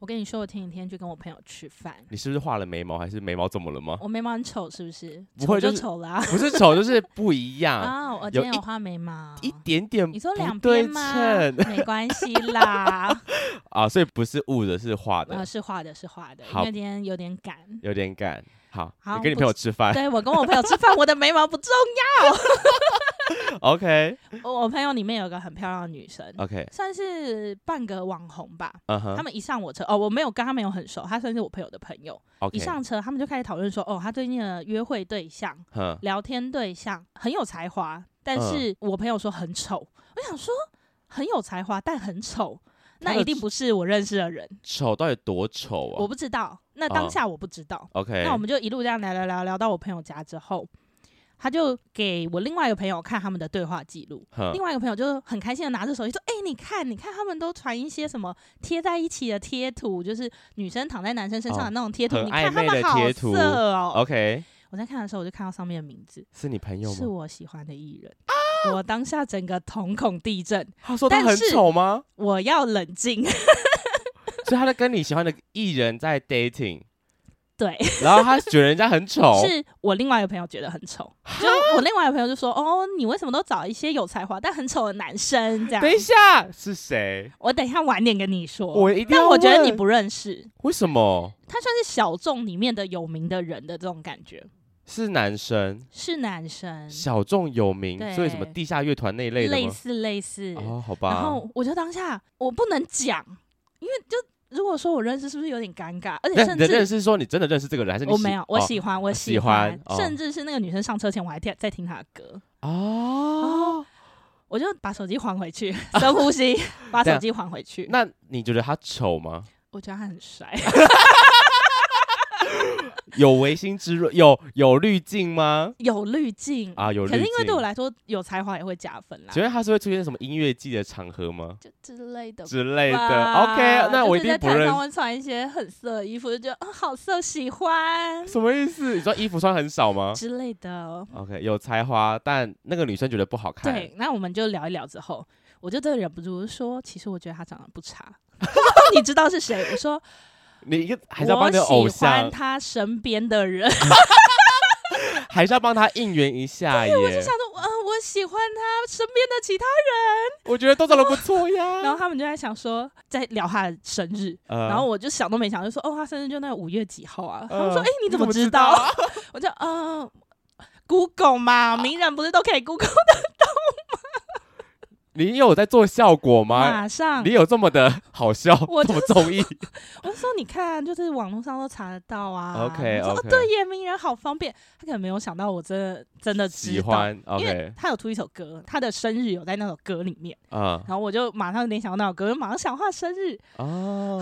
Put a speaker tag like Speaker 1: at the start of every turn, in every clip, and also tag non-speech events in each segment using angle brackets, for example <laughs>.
Speaker 1: 我跟你说，我前几天去跟我朋友吃饭，
Speaker 2: 你是不是画了眉毛，还是眉毛怎么了吗？ <laughs>
Speaker 1: 我眉毛很丑，是不是？
Speaker 2: 不会
Speaker 1: 丑
Speaker 2: 就是
Speaker 1: 就丑啦。
Speaker 2: 不是丑就是不一样，
Speaker 1: 啊，我
Speaker 2: 有
Speaker 1: 今天
Speaker 2: 一
Speaker 1: 有画眉毛。
Speaker 2: 一点点
Speaker 1: 你说两
Speaker 2: 不对
Speaker 1: 边吗？
Speaker 2: 称
Speaker 1: 没关系
Speaker 2: <laughs>
Speaker 1: 啦，
Speaker 2: 啊，所以不是雾的，是画
Speaker 1: 呃，
Speaker 2: 的，
Speaker 1: 是画的，是画的，因
Speaker 2: 好
Speaker 1: 为今天有点赶。
Speaker 2: 有点赶。好，
Speaker 1: 好
Speaker 2: 你跟你
Speaker 1: 不
Speaker 2: 朋友吃饭
Speaker 1: 对我跟我朋友吃饭，我的眉毛不重
Speaker 2: ，OK
Speaker 1: <laughs> 要。我朋友里面有个很漂亮的女生，
Speaker 2: OK，
Speaker 1: 算是半个网红吧。
Speaker 2: 哦
Speaker 1: 他
Speaker 2: 嗯哼
Speaker 1: 们一上我车，哦，我没有跟他没有很熟，他算是我朋友的朋友。
Speaker 2: ，OK，
Speaker 1: 一上车，他们就开始讨论说，哦，他最近的约会对象、
Speaker 2: 哼，
Speaker 1: 聊天对象很有才华，
Speaker 2: 嗯
Speaker 1: 但是我朋友说很丑。我想说很有才华，但很丑，
Speaker 2: 他
Speaker 1: 那
Speaker 2: 的
Speaker 1: 一定不是我认识的人，
Speaker 2: 丑到底多丑
Speaker 1: 我
Speaker 2: 啊
Speaker 1: 不知道。那
Speaker 2: 哦哎
Speaker 1: 当下我不知道，
Speaker 2: ？OK，
Speaker 1: 那我们就一路这样聊聊聊聊到我朋友家之后，他就给我另外一个朋友看他们的对话记录。
Speaker 2: 哼
Speaker 1: 另外一个朋友就很开心的拿着手机说：“哎、你看，你看，他们都传一些什么贴在一起的贴图，就是女生躺在男生身上的那种贴图。
Speaker 2: 很
Speaker 1: 你看他
Speaker 2: 暧昧
Speaker 1: 们
Speaker 2: 的
Speaker 1: 好
Speaker 2: 贴图
Speaker 1: 色哦、
Speaker 2: ，OK，
Speaker 1: 我在看的时候，我就看到上面的名字
Speaker 2: 是你朋友
Speaker 1: 是
Speaker 2: 吗？
Speaker 1: 我喜欢的艺人。我当下整个瞳孔地震，
Speaker 2: 他说他
Speaker 1: 但
Speaker 2: 很
Speaker 1: 是
Speaker 2: 丑吗？
Speaker 1: 我要冷静。 <laughs>
Speaker 2: 所以他在跟你喜欢的艺人在 dating， <laughs>
Speaker 1: 对，，
Speaker 2: 然后他觉得人家很丑
Speaker 1: 是我另外一个朋友觉得很丑，就我另外一个朋友就说：“哦，你为什么都找一些有才华但很丑的男生？”这样
Speaker 2: 等，一下是谁？
Speaker 1: 我等一下晚点跟你说。
Speaker 2: 我一定
Speaker 1: 啊哦但
Speaker 2: 要
Speaker 1: 我觉得
Speaker 2: 问
Speaker 1: 你不认识，
Speaker 2: 为什么
Speaker 1: 他算是小众里面的有名的人的这种感觉，
Speaker 2: 是男生？
Speaker 1: 是男生，
Speaker 2: 小众有名，所以什么
Speaker 1: 对
Speaker 2: 地下乐团那一类的
Speaker 1: 类
Speaker 2: 吗？
Speaker 1: 似类似。
Speaker 2: 哦，好吧。
Speaker 1: 然后我就当下我不能讲，因为就如果说我认识，是不是有点尴尬？而且
Speaker 2: 但
Speaker 1: 甚
Speaker 2: 你的认
Speaker 1: 至
Speaker 2: 识是说你真的认识这个人，还是你
Speaker 1: 我
Speaker 2: 喜哦
Speaker 1: 没有，我喜欢，我
Speaker 2: 喜欢
Speaker 1: 欢，
Speaker 2: 哦
Speaker 1: 甚至是那个女生上车前，我还在在听她的歌。
Speaker 2: 哦？
Speaker 1: 我就把手机还回去，深呼
Speaker 2: <laughs>
Speaker 1: 吸，把
Speaker 2: 这
Speaker 1: 手
Speaker 2: 样
Speaker 1: 机还回去。
Speaker 2: 那你觉得他丑吗？ <laughs>
Speaker 1: 我觉得他很帅， <laughs>
Speaker 2: 有唯心之论，有有滤镜吗？
Speaker 1: 有滤镜
Speaker 2: 啊，有滤
Speaker 1: 可
Speaker 2: 镜。
Speaker 1: 是因为对我来说，有才华也会加分啦，
Speaker 2: 请问他是会出现什么音乐季的场合吗？
Speaker 1: 就之类的吧。
Speaker 2: 之类的。OK，那我一
Speaker 1: 就是在
Speaker 2: 定不
Speaker 1: 台
Speaker 2: 认
Speaker 1: 上会穿一些很色的衣服，就觉得啊、好色，喜欢
Speaker 2: <laughs> 什么意思？你说衣服穿很少吗
Speaker 1: 之类的。哦
Speaker 2: ？OK，有才华，但那个女生觉得不好看。
Speaker 1: 对，那我们就聊一聊之后，我就真的忍不住说，其实我觉得他长得不差。
Speaker 2: <laughs>
Speaker 1: <laughs> 你知道是谁？我说
Speaker 2: 你一个还是要帮
Speaker 1: 我
Speaker 2: 你的偶
Speaker 1: 喜
Speaker 2: 像
Speaker 1: 欢，他身边的
Speaker 2: <laughs>
Speaker 1: 人。
Speaker 2: 还是要帮他应援一下耶。我
Speaker 1: 他说，嗯、我喜欢他身边的
Speaker 2: <laughs>
Speaker 1: 其他人。
Speaker 2: 觉得都长得不错
Speaker 1: <laughs>
Speaker 2: 呀。
Speaker 1: 然后他们就在想说，在聊他的生日。
Speaker 2: 呃
Speaker 1: 然后我就想都没想，就说哦，他生日就那个五月几号啊？他们说，
Speaker 2: 嗯
Speaker 1: 哎、你怎么知
Speaker 2: 道
Speaker 1: 道？
Speaker 2: 啊？
Speaker 1: <laughs> 我就嗯、呃 Google 嘛，名人不是都可以
Speaker 2: <laughs>
Speaker 1: Google？
Speaker 2: 你有在做效果吗？
Speaker 1: 马上
Speaker 2: 你，有这么的好笑，
Speaker 1: <laughs> 我
Speaker 2: 这么综艺？
Speaker 1: 我就说你看，就是网络上都查得到啊。
Speaker 2: OK，
Speaker 1: 我说
Speaker 2: OK
Speaker 1: 哦，对耶，名人好方便。他可能没有想到我真的真的知道
Speaker 2: 喜，欢
Speaker 1: 因为
Speaker 2: OK，
Speaker 1: 他有出一首歌，他的生日有在那首歌里面，
Speaker 2: 嗯
Speaker 1: 然后我就马上联想到那首歌，我就马上想到他的生日，
Speaker 2: 哦。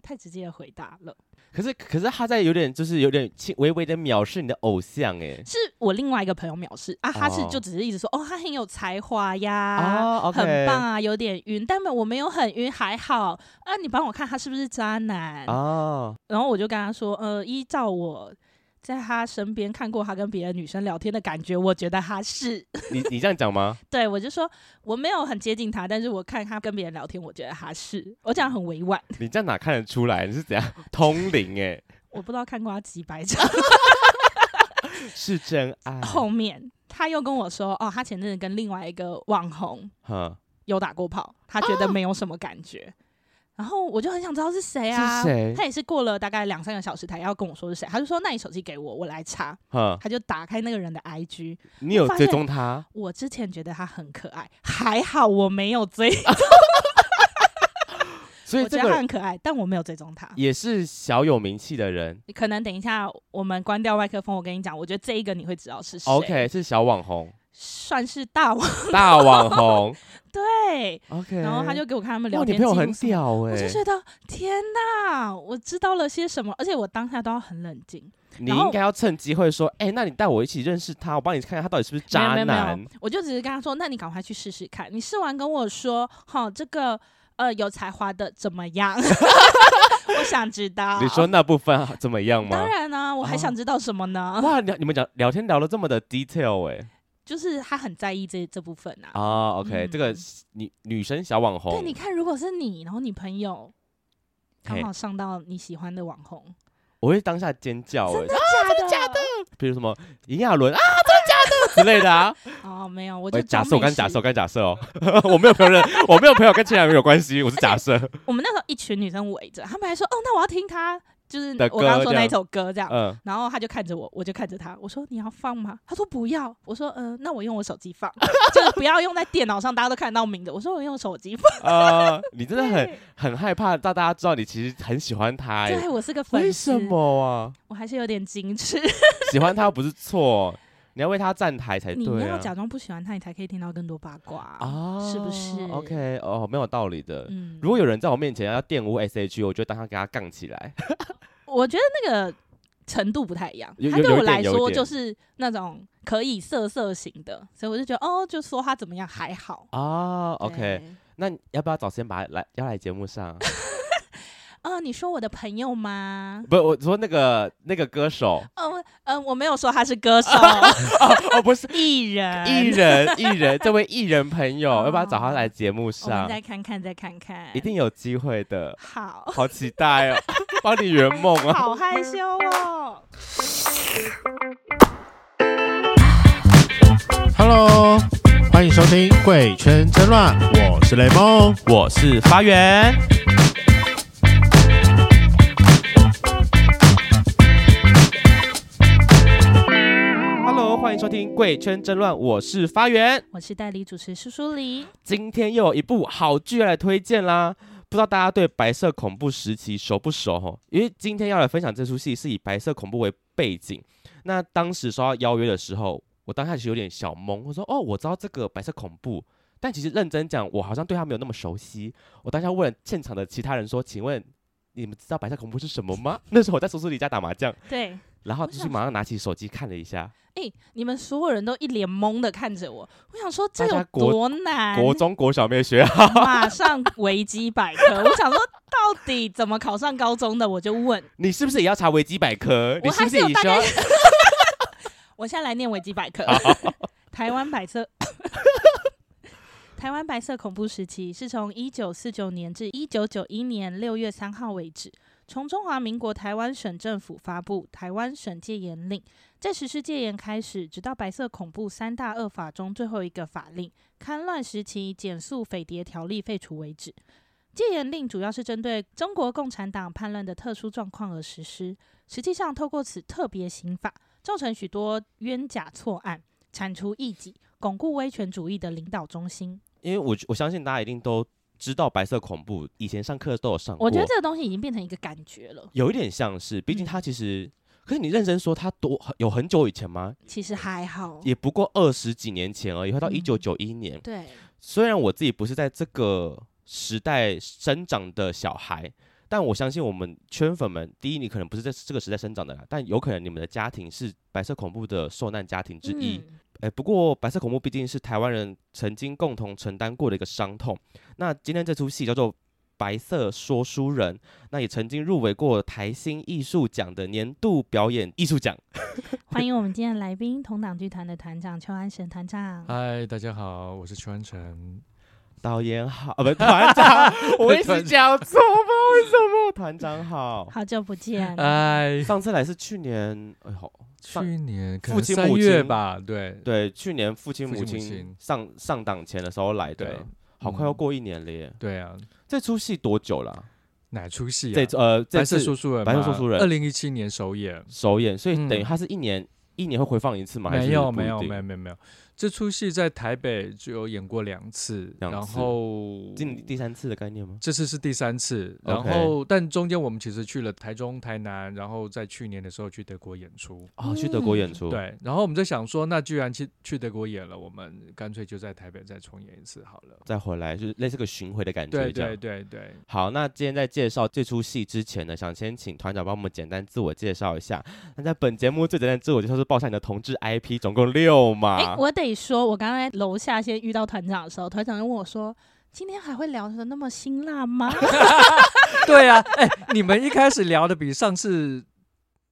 Speaker 1: 太直接的回答了。
Speaker 2: 可是可是他在有点就是有点轻微微的藐视你的偶像哎。
Speaker 1: 是我另外一个朋友藐视啊，他是
Speaker 2: 哦
Speaker 1: 就只是一直说哦，他很有才华呀。
Speaker 2: 哦，OK，
Speaker 1: 很棒啊，有点晕，但我没有很晕，还好啊。你帮我看他是不是渣男？
Speaker 2: 哦，
Speaker 1: 然后我就跟他说，呃，依照我在他身边看过他跟别的女生聊天的感觉，我觉得他是。 <laughs>
Speaker 2: 你你这样讲吗？
Speaker 1: 对我就说我没有很接近他，但是我看他跟别人聊天，我觉得他是。我讲很委婉，
Speaker 2: 你这样哪看得出来？你是怎样通灵哎？
Speaker 1: 我不知道看过他几百场。
Speaker 2: 是真爱。
Speaker 1: 后面他又跟我说，哦，他前阵子跟另外一个网红
Speaker 2: 哼，
Speaker 1: 有打过炮，他觉得
Speaker 2: 哦
Speaker 1: 没有什么感觉。然后我就很想知道是谁啊？
Speaker 2: 是谁
Speaker 1: 他也是过了大概两三个小时，才要跟我说是谁。他就说：“那你手机给我，我来查。”
Speaker 2: 哼，
Speaker 1: 他就打开那个人的 IG，
Speaker 2: 你有
Speaker 1: 发
Speaker 2: 追
Speaker 1: 现
Speaker 2: 踪他？
Speaker 1: 我之前觉得他很可爱，还好我没有追，
Speaker 2: 所以
Speaker 1: 我
Speaker 2: 这
Speaker 1: 觉得他
Speaker 2: 个
Speaker 1: 很可爱，但我没有追踪他。
Speaker 2: 也是小有名气的人。
Speaker 1: 可能等一下我们关掉麦克风，我跟你讲，我觉得这一个你会知道是谁
Speaker 2: 哦 OK，是小网红， <laughs>
Speaker 1: 算是大王
Speaker 2: 大网红。
Speaker 1: 对。
Speaker 2: OK，
Speaker 1: 然后他就给我看他们
Speaker 2: 哇，
Speaker 1: 聊
Speaker 2: 你
Speaker 1: 天
Speaker 2: 朋友
Speaker 1: 记录
Speaker 2: 很
Speaker 1: 什么
Speaker 2: 屌哎、
Speaker 1: 我就觉得天哪，我知道了些什么，而且我当下都要很冷静。
Speaker 2: 你
Speaker 1: 然后
Speaker 2: 应该要趁机会说，哎、那你带我一起认识他，我帮你看看他到底是不是
Speaker 1: 没有
Speaker 2: 渣
Speaker 1: 没有
Speaker 2: 男
Speaker 1: 没有，我就只是跟他说，那你赶快去试试看，你试完跟我说，好，这个呃有才华的怎么样？ <laughs> 我想知道。
Speaker 2: 你说那部分啊怎么样吗
Speaker 1: 当？然呢、我还
Speaker 2: 哦
Speaker 1: 想知道什么呢？ <laughs>
Speaker 2: 哇，你你们讲聊天聊了这么的 detail 哎、
Speaker 1: 就是他很在意这这部分啊。
Speaker 2: 哦啊，OK，、
Speaker 1: 嗯
Speaker 2: 这个女女生小网
Speaker 1: 对，
Speaker 2: 红
Speaker 1: 你看，如果是你，然后你朋友刚
Speaker 2: 嘿
Speaker 1: 好上到你喜欢的网红，
Speaker 2: 我会当下尖叫哎、
Speaker 1: 真的假的？
Speaker 2: 比如什么炎亚纶啊，真的假的 <laughs> 之类的啊。
Speaker 1: 哦，没 <laughs> 有，我就
Speaker 2: 哎假
Speaker 1: 装
Speaker 2: 设我
Speaker 1: 没
Speaker 2: 刚
Speaker 1: 事
Speaker 2: 假设我刚假设哦， <laughs> 我没有朋友，我没有朋友跟前男友有关系，我是
Speaker 1: <laughs>
Speaker 2: 假设。
Speaker 1: 我们那时候一群女生围着，她们还说：“哦，那我要听她就是
Speaker 2: 的
Speaker 1: 我刚刚
Speaker 2: 歌
Speaker 1: 说
Speaker 2: 这
Speaker 1: 那
Speaker 2: 样
Speaker 1: 一首歌这样。
Speaker 2: 嗯，
Speaker 1: 然后她就看着我，我就看着她，我说：“你要放吗？”她说：“不要。”我说：“呃，那我用我手机
Speaker 2: <laughs>
Speaker 1: 放，就是不要用在电脑上，大家都看得到名的。”我说：“我用手机放。 <laughs>
Speaker 2: 呃，你真的很
Speaker 1: 对
Speaker 2: 很害怕让大家知道你其实很喜欢他、”欸，
Speaker 1: 对，我是个
Speaker 2: 为
Speaker 1: 粉丝，
Speaker 2: 什么啊？
Speaker 1: 我还是有点矜持。
Speaker 2: 喜欢他不是错，你要为他站台
Speaker 1: <laughs>
Speaker 2: 才
Speaker 1: 你
Speaker 2: 对
Speaker 1: 要
Speaker 2: 啊。
Speaker 1: 假装不喜欢他，你才可以听到更多八卦
Speaker 2: 啊，
Speaker 1: 是不是
Speaker 2: ？OK，哦，没有道理的。
Speaker 1: 嗯，
Speaker 2: 如果有人在我面前要玷污 SH，我就当他给他杠起来。
Speaker 1: 我觉得那个程度不太一样，
Speaker 2: 有
Speaker 1: 他
Speaker 2: 有
Speaker 1: 对
Speaker 2: 有
Speaker 1: 我
Speaker 2: 一点
Speaker 1: 来
Speaker 2: 有一
Speaker 1: 说
Speaker 2: 点
Speaker 1: 就是那种可以色色型的，所以我就觉得哦，就说他怎么样还好。
Speaker 2: 啊，OK，
Speaker 1: 对
Speaker 2: 那你要不要早时间把他来要来节目上？ <laughs>
Speaker 1: 呃，你说我的朋友吗？
Speaker 2: 不，我说那个那个歌手
Speaker 1: 呃，我呃，我没有说他是歌手、
Speaker 2: <laughs> 哦，不是
Speaker 1: 艺人。
Speaker 2: 艺人，艺人，这位艺人
Speaker 1: <laughs>
Speaker 2: 朋友，要不要找他
Speaker 1: 哦
Speaker 2: 来节目
Speaker 1: 我们
Speaker 2: 上？
Speaker 1: 再看看，再看看，
Speaker 2: 啊一定有机会的， <laughs>
Speaker 1: 好。
Speaker 2: 好期待哦，帮你圆梦啊！
Speaker 1: 好害羞哦！
Speaker 3: Hello，欢迎收听《贵圈争乱》，我是雷梦。
Speaker 2: 我是发源。Hello，欢迎收听《贵圈争乱》，我是发源。
Speaker 1: 我是代理主持苏苏黎，
Speaker 2: 今天又有一部好剧要来推荐啦，不知道大家对白色恐怖时期熟不熟吼？因为今天要来分享这出戏是以白色恐怖为背景。那当时收到邀约的时候，我当下其实有点小懵，我说哦，我知道这个白色恐怖，但其实认真讲，我好像对他没有那么熟悉。我当下问了现场的其他人说，请问你们知道白色恐怖是什么吗？ <laughs> 那时候我在叔叔里家打麻将，
Speaker 1: 对，
Speaker 2: 然后
Speaker 1: 我
Speaker 2: 就是
Speaker 1: 想
Speaker 2: 马上拿起手机看了一下，
Speaker 1: 哎、你们所有人都一脸懵的看着我，我想说这
Speaker 2: 大
Speaker 1: 有
Speaker 2: 家国
Speaker 1: 多难，
Speaker 2: 国中国小没学啊好，
Speaker 1: 马上 <laughs> 维基百科。我想说，到底怎么考上高中的？我就问，
Speaker 2: <laughs> 你是不是也要查维基百科？你
Speaker 1: 我
Speaker 2: 是
Speaker 1: 还
Speaker 2: 不
Speaker 1: 是
Speaker 2: 也
Speaker 1: 有大
Speaker 2: 需要
Speaker 1: 概？。我现在来念维基百科。 <laughs> 台湾白色，台湾白色恐怖时期是从一九四九年至一九九一年六月三号为止，从中华民国台湾省政府发布《台湾省戒严令》，在实施戒严开始，直到白色恐怖三大恶法中最后一个法令《戡乱时期减速匪谍条例》废除为止。戒严令主要是针对中国共产党叛乱的特殊状况而实施，实际上透过此特别刑法，造成许多冤假错案，铲除异己，巩固威权主义的领导中心。
Speaker 2: 因为我我相信大家一定都知道白色恐怖，以前上课都有上过。
Speaker 1: 我觉得这嗯个东西已经变成一个感觉了。
Speaker 2: 有一点像是，毕竟它其实，可是你认真说，它多有很久以前吗？
Speaker 1: 其实还好，
Speaker 2: 也不过二十几年前而已，快到
Speaker 1: 哦嗯
Speaker 2: 一九九一年。
Speaker 1: 对，
Speaker 2: 虽然我自己不是在这个时代生长的小孩。但我相信我们圈粉们，第一，你可能不是在这个时代生长的啦，但有可能你们的家庭是白色恐怖的受难家庭之一。
Speaker 1: 嗯
Speaker 2: 哎，不过白色恐怖毕竟是台湾人曾经共同承担过的一个伤痛。那今天这出戏叫做《白色说书人》，那也曾经入围过台新艺术奖的年度表演艺术奖。
Speaker 1: 欢迎我们今天的来宾，同党剧团的团长邱安神团长。
Speaker 4: 嗨，大家好，我是邱安成。
Speaker 2: 导演好，啊，不，团
Speaker 4: <laughs>
Speaker 2: 长，我一直讲错，不知道为什么。团长好，
Speaker 1: 好久不见，
Speaker 4: 哎，
Speaker 2: 上次来是去年，哎呦，
Speaker 4: 去年可
Speaker 2: 父
Speaker 4: 能
Speaker 2: 亲
Speaker 4: 三
Speaker 2: 母
Speaker 4: 月
Speaker 2: 亲
Speaker 4: 吧，对
Speaker 2: 对，去年父亲
Speaker 4: 父
Speaker 2: 母
Speaker 4: 亲母
Speaker 2: 亲
Speaker 4: 亲
Speaker 2: 上上档前的时候来
Speaker 4: 对
Speaker 2: 的
Speaker 4: 啊，
Speaker 2: 好快要过一年了耶。
Speaker 4: 对啊，
Speaker 2: 这出戏多久了啊？
Speaker 4: 哪出戏啊？
Speaker 2: 这呃，这
Speaker 4: 白色
Speaker 2: 次
Speaker 4: 说书人嘛，
Speaker 2: 白色说书人
Speaker 4: 二零一七年首演。
Speaker 2: 首演，所以等于
Speaker 4: 嗯
Speaker 2: 它是一年、一年会回放一次吗？还是
Speaker 4: 没有
Speaker 2: 不一
Speaker 4: 没有
Speaker 2: 定
Speaker 4: 没有没有没有，这出戏在台北只有演过两次，
Speaker 2: 两
Speaker 4: 然
Speaker 2: 次
Speaker 4: 后
Speaker 2: 今年第三次的概念吗？
Speaker 4: 这次是第三次，然
Speaker 2: OK
Speaker 4: 后但中间我们其实去了台中、台南，然后在去年的时候去德国演出。
Speaker 2: 哦，去德国演出，，
Speaker 4: 嗯对，然后我们在想说，那既然去去德国演了，我们干脆就在台北再重演一次好了。
Speaker 2: 再回来就是类似个巡回的感
Speaker 4: 对
Speaker 2: 觉这样
Speaker 4: 对。对对，
Speaker 2: 好，那今天在介绍这出戏之前呢，想先请团长帮我们简单自我介绍一下。那在本节目最简单的自我介绍是报上你的同志 IP，总共六
Speaker 1: 哎、
Speaker 2: 嘛。
Speaker 1: 我得说，我刚才楼下先遇到团长的时候，团长就问我说：“今天还会聊得那么辛辣吗？”
Speaker 4: 对啊，哎、你们一开始聊的比上次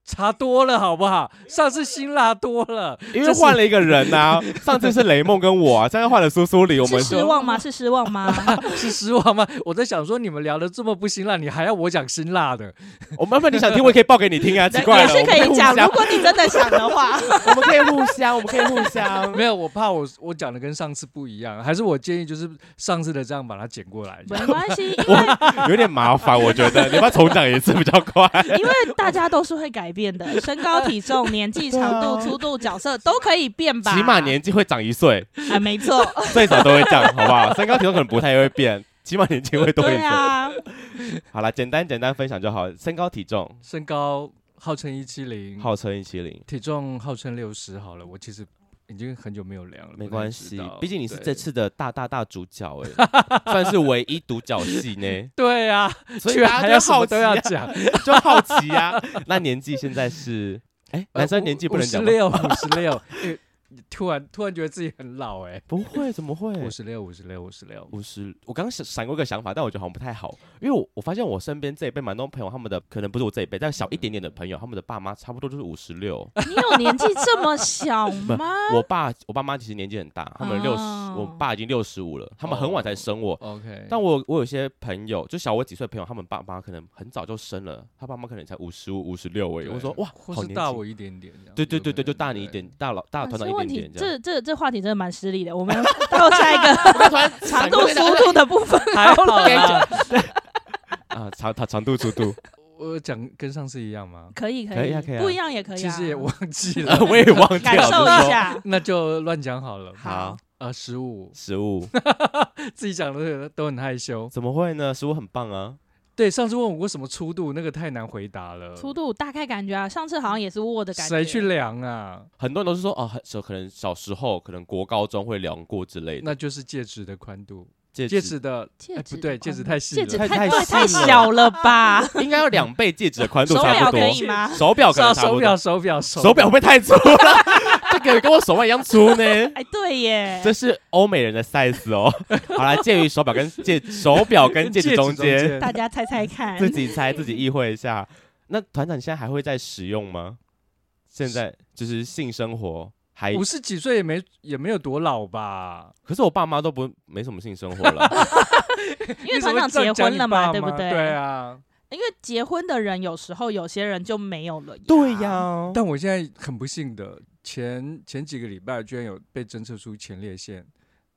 Speaker 4: 差多了，好
Speaker 2: <laughs>
Speaker 4: 不好？上次辛辣多了，
Speaker 2: 因为
Speaker 4: 这是
Speaker 2: 换了一个人呐、上次是雷梦跟我、啊，现在换了苏苏里， <laughs> 我们
Speaker 1: 是失望吗？是失望吗？
Speaker 4: 是失望吗？我在想说，你们聊的这么不辛辣，你还要我讲辛
Speaker 2: <laughs>
Speaker 4: 辣的？
Speaker 2: <laughs> 我们要不然你想听，我也可以报给你听啊，奇怪
Speaker 1: 也
Speaker 2: 了，
Speaker 1: 是可以讲，如
Speaker 2: 我
Speaker 1: 果你真的想的
Speaker 2: <laughs>
Speaker 1: 话，
Speaker 2: 们可以互相，我们可以互相，我们可
Speaker 4: 没
Speaker 2: 以互相。
Speaker 4: 有，我怕我我讲的跟上次不一样，还是我建议就是上次的这样把它剪过来。
Speaker 1: 没关系，因为
Speaker 2: <laughs> 我有点麻烦，我觉得你要不要重讲一次比
Speaker 1: <laughs>
Speaker 2: 较快？
Speaker 1: 因为大家都是会改变的，身高、体重、年纪、
Speaker 4: 啊
Speaker 1: 长度、粗度、角色都可以变吧？
Speaker 2: 起码年纪会长一岁，
Speaker 1: 啊，没错，
Speaker 2: 最少都会这样，好
Speaker 1: <laughs>
Speaker 2: 不好？身高体重可能不太会变，起码年纪会多一
Speaker 1: 对
Speaker 2: 岁。
Speaker 1: 啊，
Speaker 2: 好啦，简单简单分享就好。身高体重
Speaker 4: 身高号称一七零，
Speaker 2: 号称一七零，
Speaker 4: 体重号称六十，好了，我其实已经很久没有量了，
Speaker 2: 没
Speaker 4: 不太
Speaker 2: 关
Speaker 4: 知
Speaker 2: 系
Speaker 4: 道，
Speaker 2: 毕竟你是
Speaker 4: 对
Speaker 2: 这次的大大大主角哎、 <laughs> 算是唯一独角戏
Speaker 4: <laughs>
Speaker 2: 呢，
Speaker 4: 对啊，
Speaker 2: 所以
Speaker 4: 居然
Speaker 2: 大
Speaker 4: 还
Speaker 2: 家
Speaker 4: 要
Speaker 2: 就
Speaker 4: 什么
Speaker 2: 好奇、
Speaker 4: 都要
Speaker 2: 啊，
Speaker 4: 讲，
Speaker 2: <laughs> 就好奇啊。那年纪现在是，哎、男生年纪不能讲
Speaker 4: 五
Speaker 2: 吗
Speaker 4: 十？六，五十六，哎突然突然觉得自己很老哎、
Speaker 2: 不会，怎么会？
Speaker 4: 五十六，五十六，五十六，
Speaker 2: 五十，我刚刚闪闪过一个想法，但我觉得好像不太好，因为我我发现我身边这一辈蛮多朋友，他们的可能不是我这一辈，但小一点点的朋友，他们的爸妈差不多就是五十六。
Speaker 1: 你有年纪这么小吗？
Speaker 2: <laughs> 我爸我爸妈其实年纪很大，他们六十、我
Speaker 1: 哦
Speaker 2: 爸已经六十五了，他们很晚才生我。
Speaker 4: OK，
Speaker 2: 但我我有些朋友，就小我几岁的朋友，他们爸妈可能很早就生了，他爸妈可能才五十五、五十六而已。
Speaker 4: 对
Speaker 2: 我说哇，
Speaker 4: 或
Speaker 2: 好
Speaker 4: 是
Speaker 2: 年
Speaker 4: 大
Speaker 2: 轻
Speaker 4: 我一点点这样，
Speaker 2: 对对对对，
Speaker 4: 有可
Speaker 2: 就
Speaker 4: 能
Speaker 2: 大你一，点，大佬大
Speaker 1: 啊
Speaker 2: 团
Speaker 1: 这
Speaker 2: 长一
Speaker 1: 问
Speaker 2: 点
Speaker 1: 题
Speaker 2: 点，样。
Speaker 1: 这这这话题真的蛮失礼的，我们到下一个
Speaker 2: 我突然
Speaker 1: <laughs> 长度、粗度的部分
Speaker 4: 对 <laughs> 还好啦。
Speaker 2: 啊，长长长度、粗度， <laughs>
Speaker 4: 我讲跟上次一样吗？
Speaker 1: 可以
Speaker 2: 可
Speaker 1: 可
Speaker 2: 以
Speaker 1: 以
Speaker 2: 啊可以啊
Speaker 1: 不一样也可以啊，
Speaker 4: 其实
Speaker 2: <laughs>
Speaker 4: 也忘记了
Speaker 2: 啊，我也忘记了。
Speaker 1: 感受一，下。
Speaker 4: <laughs> 那就乱讲好了。
Speaker 1: 好，
Speaker 4: 啊，十五，
Speaker 2: 食物
Speaker 4: 自己讲的都很害羞。
Speaker 2: 怎么会呢？食物很棒啊，
Speaker 4: 对，上次问我过什么粗度，那个太难回答了。
Speaker 1: 粗度大概感觉啊，上次好像也是握的感觉。
Speaker 4: 谁去量啊？
Speaker 2: 很多人都是说哦，很小可能小时候可能国高中会聊过之类的。
Speaker 4: 那就是戒指的宽度，
Speaker 2: 戒
Speaker 4: 戒指的
Speaker 1: 戒
Speaker 4: 哎
Speaker 1: 指
Speaker 4: 不
Speaker 1: 的
Speaker 4: 对，戒
Speaker 1: 宽
Speaker 4: 指
Speaker 1: 度
Speaker 4: 太细
Speaker 1: 戒指
Speaker 4: 了。
Speaker 2: 太
Speaker 1: 太
Speaker 2: 太
Speaker 1: 对太
Speaker 2: 细了
Speaker 1: 小了吧？
Speaker 2: 应该要两倍戒指的宽
Speaker 1: <laughs>
Speaker 2: 度
Speaker 1: 手
Speaker 2: 差
Speaker 1: 表
Speaker 2: 不
Speaker 1: 可
Speaker 2: 多，
Speaker 1: 以吗？
Speaker 2: 手表可能差
Speaker 4: 手
Speaker 2: 不多
Speaker 4: 表，，手表，手
Speaker 2: 手表会不会太粗了？ <laughs> 这个跟我手腕一样粗呢。
Speaker 1: 哎，对耶，
Speaker 2: 这是欧美人的 size 哦。好啦，介于手表跟戒手表跟戒指中
Speaker 4: <laughs>
Speaker 2: 间，
Speaker 1: 大家猜猜看
Speaker 2: 自。己猜自己意会一下。那团长你现在还会在使用吗？现在就是性生活
Speaker 1: 哎
Speaker 2: 还，
Speaker 4: 五十几岁也没也没有多老吧？
Speaker 2: 可是我爸妈都不没什么性生活了。
Speaker 1: 因为
Speaker 4: 你怎
Speaker 1: 团
Speaker 4: 么
Speaker 1: 长结
Speaker 4: 这样讲
Speaker 1: 婚
Speaker 4: 你
Speaker 1: 了嘛，
Speaker 4: 爸
Speaker 1: 对不
Speaker 4: 妈
Speaker 1: 对？
Speaker 4: 对啊。
Speaker 1: 因为结婚的人有时候有些人就没有了。
Speaker 2: 对，呀，
Speaker 4: 但我现在很不幸的，前前几个礼拜居然有被侦测出前列腺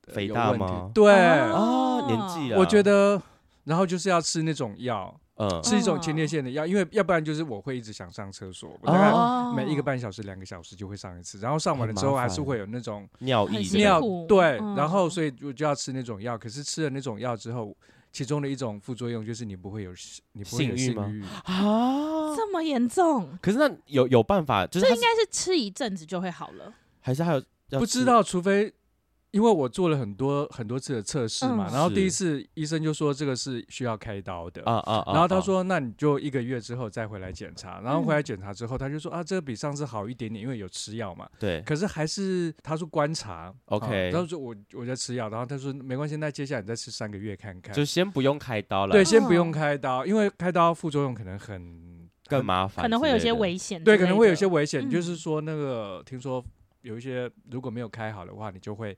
Speaker 4: 呃
Speaker 2: 肥
Speaker 4: 有
Speaker 2: 大
Speaker 4: 问题
Speaker 2: 吗
Speaker 4: 对，
Speaker 2: 哦，年纪啊，
Speaker 4: 我觉得，然后就是要吃那种药，
Speaker 2: 嗯，
Speaker 4: 吃一种
Speaker 1: 哦
Speaker 4: 前列腺的药，因为要不然就是我会一直想上厕所，我大概
Speaker 2: 哦
Speaker 4: 每一个半小时、两个小时就会上一次，然后上完
Speaker 2: 很
Speaker 4: 了
Speaker 2: 麻
Speaker 4: 之后还
Speaker 2: 烦
Speaker 4: 是会有那种
Speaker 2: 尿
Speaker 1: 很
Speaker 2: 意
Speaker 1: 辛
Speaker 2: 的
Speaker 4: 尿
Speaker 1: 苦
Speaker 4: 对，
Speaker 1: 嗯
Speaker 4: 然后所以我就要吃那种药，可是吃了那种药之后。其中的一种副作用就是你不会有你不会
Speaker 2: 性
Speaker 4: 有
Speaker 2: 欲
Speaker 4: 性
Speaker 2: 吗
Speaker 4: 欲，
Speaker 2: 啊。
Speaker 1: 这么严重，
Speaker 2: 可是那有有办法，就是
Speaker 1: 这
Speaker 2: 他
Speaker 1: 应该是吃一阵子就会好了。
Speaker 2: 还是还有要
Speaker 4: 不
Speaker 2: 吃
Speaker 4: 知道，除非因为我做了很多很多次的测试嘛，
Speaker 1: 嗯
Speaker 4: 然后第一
Speaker 2: 是
Speaker 4: 次医生就说这个是需要开刀的，
Speaker 2: 啊啊啊。
Speaker 4: 然后他
Speaker 2: 啊
Speaker 4: 说那你就一个月之后再回来检查，然后回来
Speaker 1: 嗯
Speaker 4: 检查之后他就说啊这个比上次好一点点，因为有吃药嘛，
Speaker 2: 对，
Speaker 4: 可是还是他说观察
Speaker 2: OK
Speaker 4: 啊他说我我在吃药，然后他说没关系，那接下来你再吃三个月看看，
Speaker 2: 就先不用开刀了，
Speaker 4: 啊对，先不用
Speaker 1: 哦
Speaker 4: 开刀，因为开刀副作用可能很
Speaker 2: 更麻烦之类的，
Speaker 1: 可能会有些危险之类
Speaker 4: 对，
Speaker 1: 的，
Speaker 4: 可能会有些危险，就
Speaker 1: 嗯
Speaker 4: 是说那个听说有一些如果没有开好的话，你就会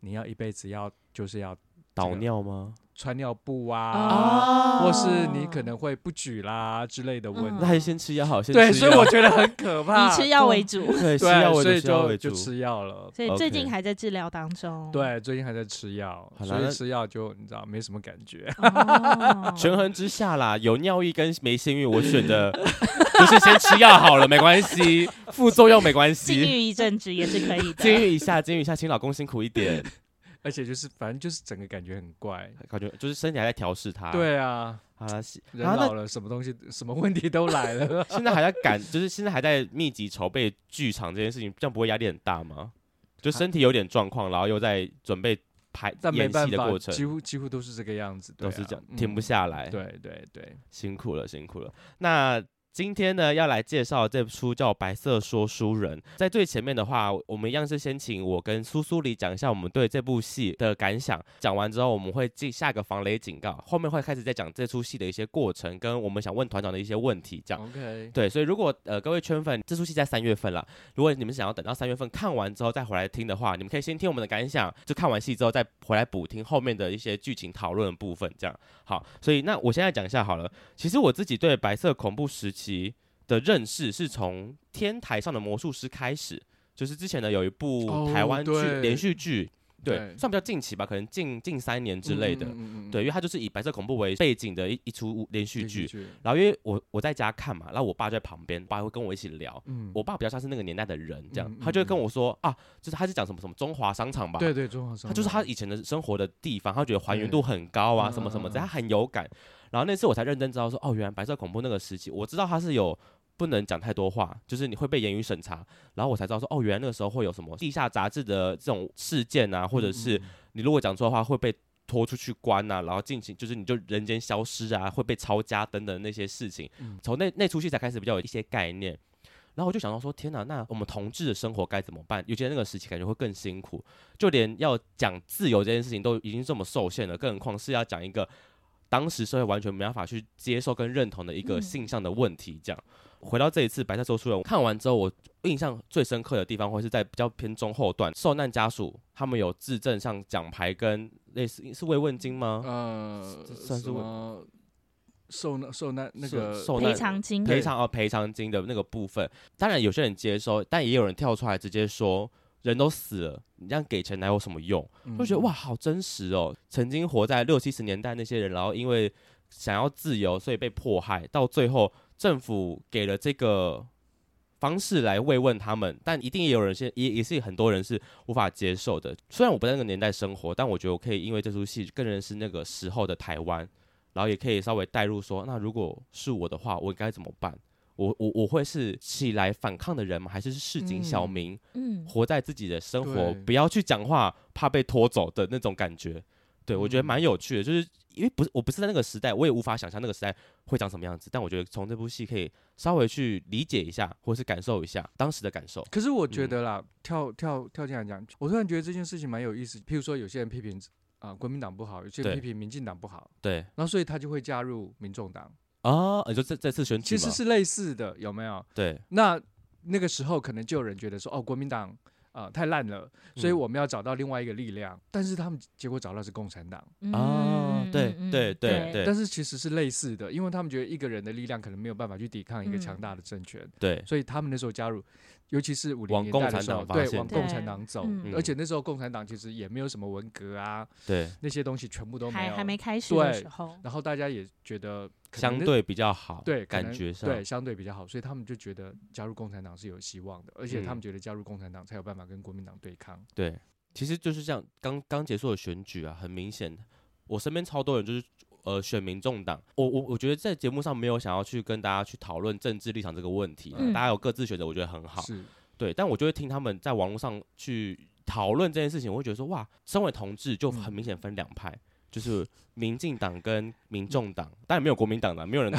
Speaker 4: 你要一辈子要就是要
Speaker 2: 导尿吗？
Speaker 4: 穿尿布啊，
Speaker 1: 啊
Speaker 4: 或是你可能会不举啦之类的问
Speaker 2: 那
Speaker 4: 题。
Speaker 1: 嗯
Speaker 2: 还是先吃药好，先
Speaker 4: 对，
Speaker 2: 吃
Speaker 4: 所以
Speaker 2: 药
Speaker 4: 我觉得很
Speaker 1: <laughs>
Speaker 4: 可怕。
Speaker 1: 以吃药嗯为主，
Speaker 2: 对吃
Speaker 4: 对，
Speaker 2: 药为
Speaker 4: 所
Speaker 2: 主，
Speaker 4: 以
Speaker 2: 吃药
Speaker 4: 就
Speaker 2: 为
Speaker 4: 就
Speaker 2: 主。
Speaker 4: 吃药了。
Speaker 1: 所以最近
Speaker 2: OK
Speaker 1: 还在治疗当中。
Speaker 4: 对，最近还在吃药，
Speaker 2: 好啦
Speaker 4: 所以
Speaker 2: 那
Speaker 4: 吃药就你知道没什么感觉。 <laughs>
Speaker 2: <laughs>
Speaker 1: 哦，
Speaker 2: 权衡之下啦，有尿意跟没性欲，我选的就是先吃药好了，没关
Speaker 4: <laughs>
Speaker 2: 系，副作用没关
Speaker 1: 禁
Speaker 2: 系。
Speaker 1: 欲一阵子也是可
Speaker 2: <laughs>
Speaker 1: 以
Speaker 2: 监
Speaker 1: 的。
Speaker 2: 狱一下，监狱一下，请老公辛苦一点，
Speaker 4: 而且就是反正就是整个感觉很怪。
Speaker 2: 感觉就是身体还在调试它。，
Speaker 4: 对啊，
Speaker 2: 好啦，是
Speaker 4: 人
Speaker 2: 啊。
Speaker 4: 老了，什么东西、 <laughs> 什么问题都来了
Speaker 2: <laughs>
Speaker 4: <laughs>
Speaker 2: 现在还在赶，就是现在还在密集筹备剧场这件事情，这样不会压力很大吗？就身体有点状况，然后又在准备排
Speaker 4: 但没
Speaker 2: 演
Speaker 4: 办
Speaker 2: 戏的
Speaker 4: 法
Speaker 2: 过，程，
Speaker 4: 几乎几乎都是这个样子，
Speaker 2: 都
Speaker 4: 对啊
Speaker 2: 是这样，
Speaker 4: 嗯
Speaker 2: 停不下来。
Speaker 4: 对对对，
Speaker 2: 辛苦了，辛苦了。那今天呢，要来介绍这出叫《白色说书人》。在最前面的话，我们一样是先请我跟苏苏里讲一下我们对这部戏的感想。讲完之后，我们会进下个防雷警告，后面会开始再讲这出戏的一些过程，跟我们想问团长的一些问题。这样，
Speaker 4: OK，
Speaker 2: 对，所以如果呃各位圈粉，这出戏在三月份了，如果你们想要等到三月份看完之后再回来听的话，你们可以先听我们的感想，就看完戏之后再回来补听后面的一些剧情讨论的部分，这样好。所以那我现在讲一下好了，其实我自己对白色恐怖时期的认识是从天台上的魔术师开始，就是之前呢有一部
Speaker 4: 哦
Speaker 2: 台湾剧、
Speaker 4: 对
Speaker 2: 连续剧，对，
Speaker 4: 对
Speaker 2: 算比较近期吧，可能近近三年之类的。
Speaker 4: 嗯
Speaker 2: 对，因为它就是以白色恐怖为背景的一一出连续剧，
Speaker 4: 剧，
Speaker 2: 然后因为我我在家看嘛，然后我爸就在旁边，爸会跟我一起聊。
Speaker 4: 嗯，
Speaker 2: 我爸比较像是那个年代的人，这样、
Speaker 4: 嗯嗯
Speaker 2: 他就会跟我说啊，就是他是讲什么什么中华商场吧，
Speaker 4: 对对，中华商
Speaker 2: 他就是他以前的生活的地方，他觉得还原度很高啊，
Speaker 4: 对
Speaker 2: 什么什么的，
Speaker 4: 嗯嗯嗯
Speaker 2: 他很有感。然后那次我才认真知道说，哦，原来白色恐怖那个时期，我知道他是有不能讲太多话，就是你会被言语审查。然后我才知道说，哦，原来那个时候会有什么地下杂志的这种事件啊，或
Speaker 4: 嗯
Speaker 2: 者是你如果讲错的话会被拖出去关呐、然后进行就是你就人间消失啊，会被抄家等等那些事情
Speaker 4: 嗯，
Speaker 2: 从那那出戏才开始比较有一些概念。然后我就想到说，天哪，那我们同志的生活该怎么办？尤其在那个时期，感觉会更辛苦，就连要讲自由这件事情都已经这么受限了，更何况是要讲一个当时社会完全没办法去接受跟认同的一个
Speaker 1: 嗯
Speaker 2: 性向的问题。这样，回到这一次《白色说书人》，我看完之后，我印象最深刻的地方会是在比较偏中后段，受难家属他们有质证上奖牌跟类似是慰问金吗？
Speaker 4: 呃，
Speaker 2: 这算是
Speaker 4: 什么受难受难那
Speaker 2: 是
Speaker 4: 个
Speaker 2: 受
Speaker 1: 赔
Speaker 2: 难
Speaker 1: 偿金
Speaker 2: 赔偿哦赔偿金的那个部分，当然有些人接收，但也有人跳出来直接说。人都死了，你这样给钱哪有什么用？
Speaker 4: 嗯
Speaker 2: 就觉得哇，，好真实哦！曾经活在六七十年代那些人，然后因为想要自由，所以被迫害，到最后政府给了这个方式来慰问他们，但一定也有人是也也是很多人是无法接受的。虽然我不在那个年代生活，但我觉得我可以因为这出戏更认识那个时候的台湾，然后也可以稍微带入说，那如果是我的话，我该怎么办？我我我会是起来反抗的人吗？还是是市井小
Speaker 4: 嗯
Speaker 2: 民？
Speaker 1: 嗯，
Speaker 2: 活在自己的生活
Speaker 4: 对，
Speaker 2: 不要去讲话，怕被拖走的那种感觉。对，我觉得
Speaker 4: 嗯
Speaker 2: 蛮有趣的，就是因为不是我不是在那个时代，我也无法想象那个时代会长什么样子。但我觉得从这部戏可以稍微去理解一下，或是感受一下当时的感受。
Speaker 4: 可是我觉
Speaker 2: 嗯
Speaker 4: 得啦，跳跳跳进来讲，我突然觉得这件事情蛮有意思。譬如说，有些人批评啊、国民党不好，有些人
Speaker 2: 对
Speaker 4: 批评民进党不好，
Speaker 2: 对
Speaker 4: 然后所以他就会加入民众党，
Speaker 2: 啊，你说这这次选举
Speaker 4: 其
Speaker 2: 吗
Speaker 4: 实是类似的，有没有？
Speaker 2: 对
Speaker 4: 那那个时候可能就有人觉得说，哦，国民党啊、呃太烂了，所以
Speaker 2: 嗯
Speaker 4: 我们要找到另外一个力量。但是他们结果找到是共产党，
Speaker 1: 嗯
Speaker 2: 啊，对
Speaker 1: 嗯嗯
Speaker 2: 对对对
Speaker 4: 但是其实是类似的，因为他们觉得一个人的力量可能没有办法去抵抗一个强
Speaker 1: 嗯
Speaker 4: 大的政权，
Speaker 2: 对
Speaker 4: 所以他们那时候加入，尤其是五零
Speaker 2: 往
Speaker 4: 年
Speaker 2: 共
Speaker 4: 代的
Speaker 2: 产
Speaker 4: 时候，
Speaker 2: 党发
Speaker 4: 对，
Speaker 2: 现
Speaker 4: 往
Speaker 2: 的
Speaker 4: 共产
Speaker 1: 对
Speaker 4: 党走。
Speaker 1: 嗯
Speaker 2: 嗯
Speaker 4: 而且那时候共产党其实也没有什么文革啊，
Speaker 2: 对，
Speaker 4: 那些东西全部都没
Speaker 1: 还
Speaker 4: 有，
Speaker 1: 还没开始的
Speaker 4: 对
Speaker 1: 时
Speaker 4: <laughs>
Speaker 1: 候，
Speaker 4: 然后大家也觉得可能
Speaker 2: 相
Speaker 4: 那
Speaker 2: 对比较好，
Speaker 4: 对可
Speaker 2: 感
Speaker 4: 能
Speaker 2: 觉上
Speaker 4: 对相对比较好，所以他们就觉得加入共产党是有希望的，而且
Speaker 2: 嗯
Speaker 4: 他们觉得加入共产党才有办法跟国民党对抗。
Speaker 2: 对，其实就是这样。刚刚结束的选举啊，很明显，我身边超多人就是呃选民众党。我我我觉得在节目上没有想要去跟大家去讨论政治立场这个问题，啊
Speaker 1: 嗯
Speaker 2: 大家有各自选择，我觉得很好。
Speaker 4: 是，
Speaker 2: 对，但我就会听他们在网络上去讨论这件事情，我会觉得说哇，身为同志
Speaker 4: 嗯
Speaker 2: 就很明显分两派。就是民进党跟民众党，当然没有国民党的，没有人。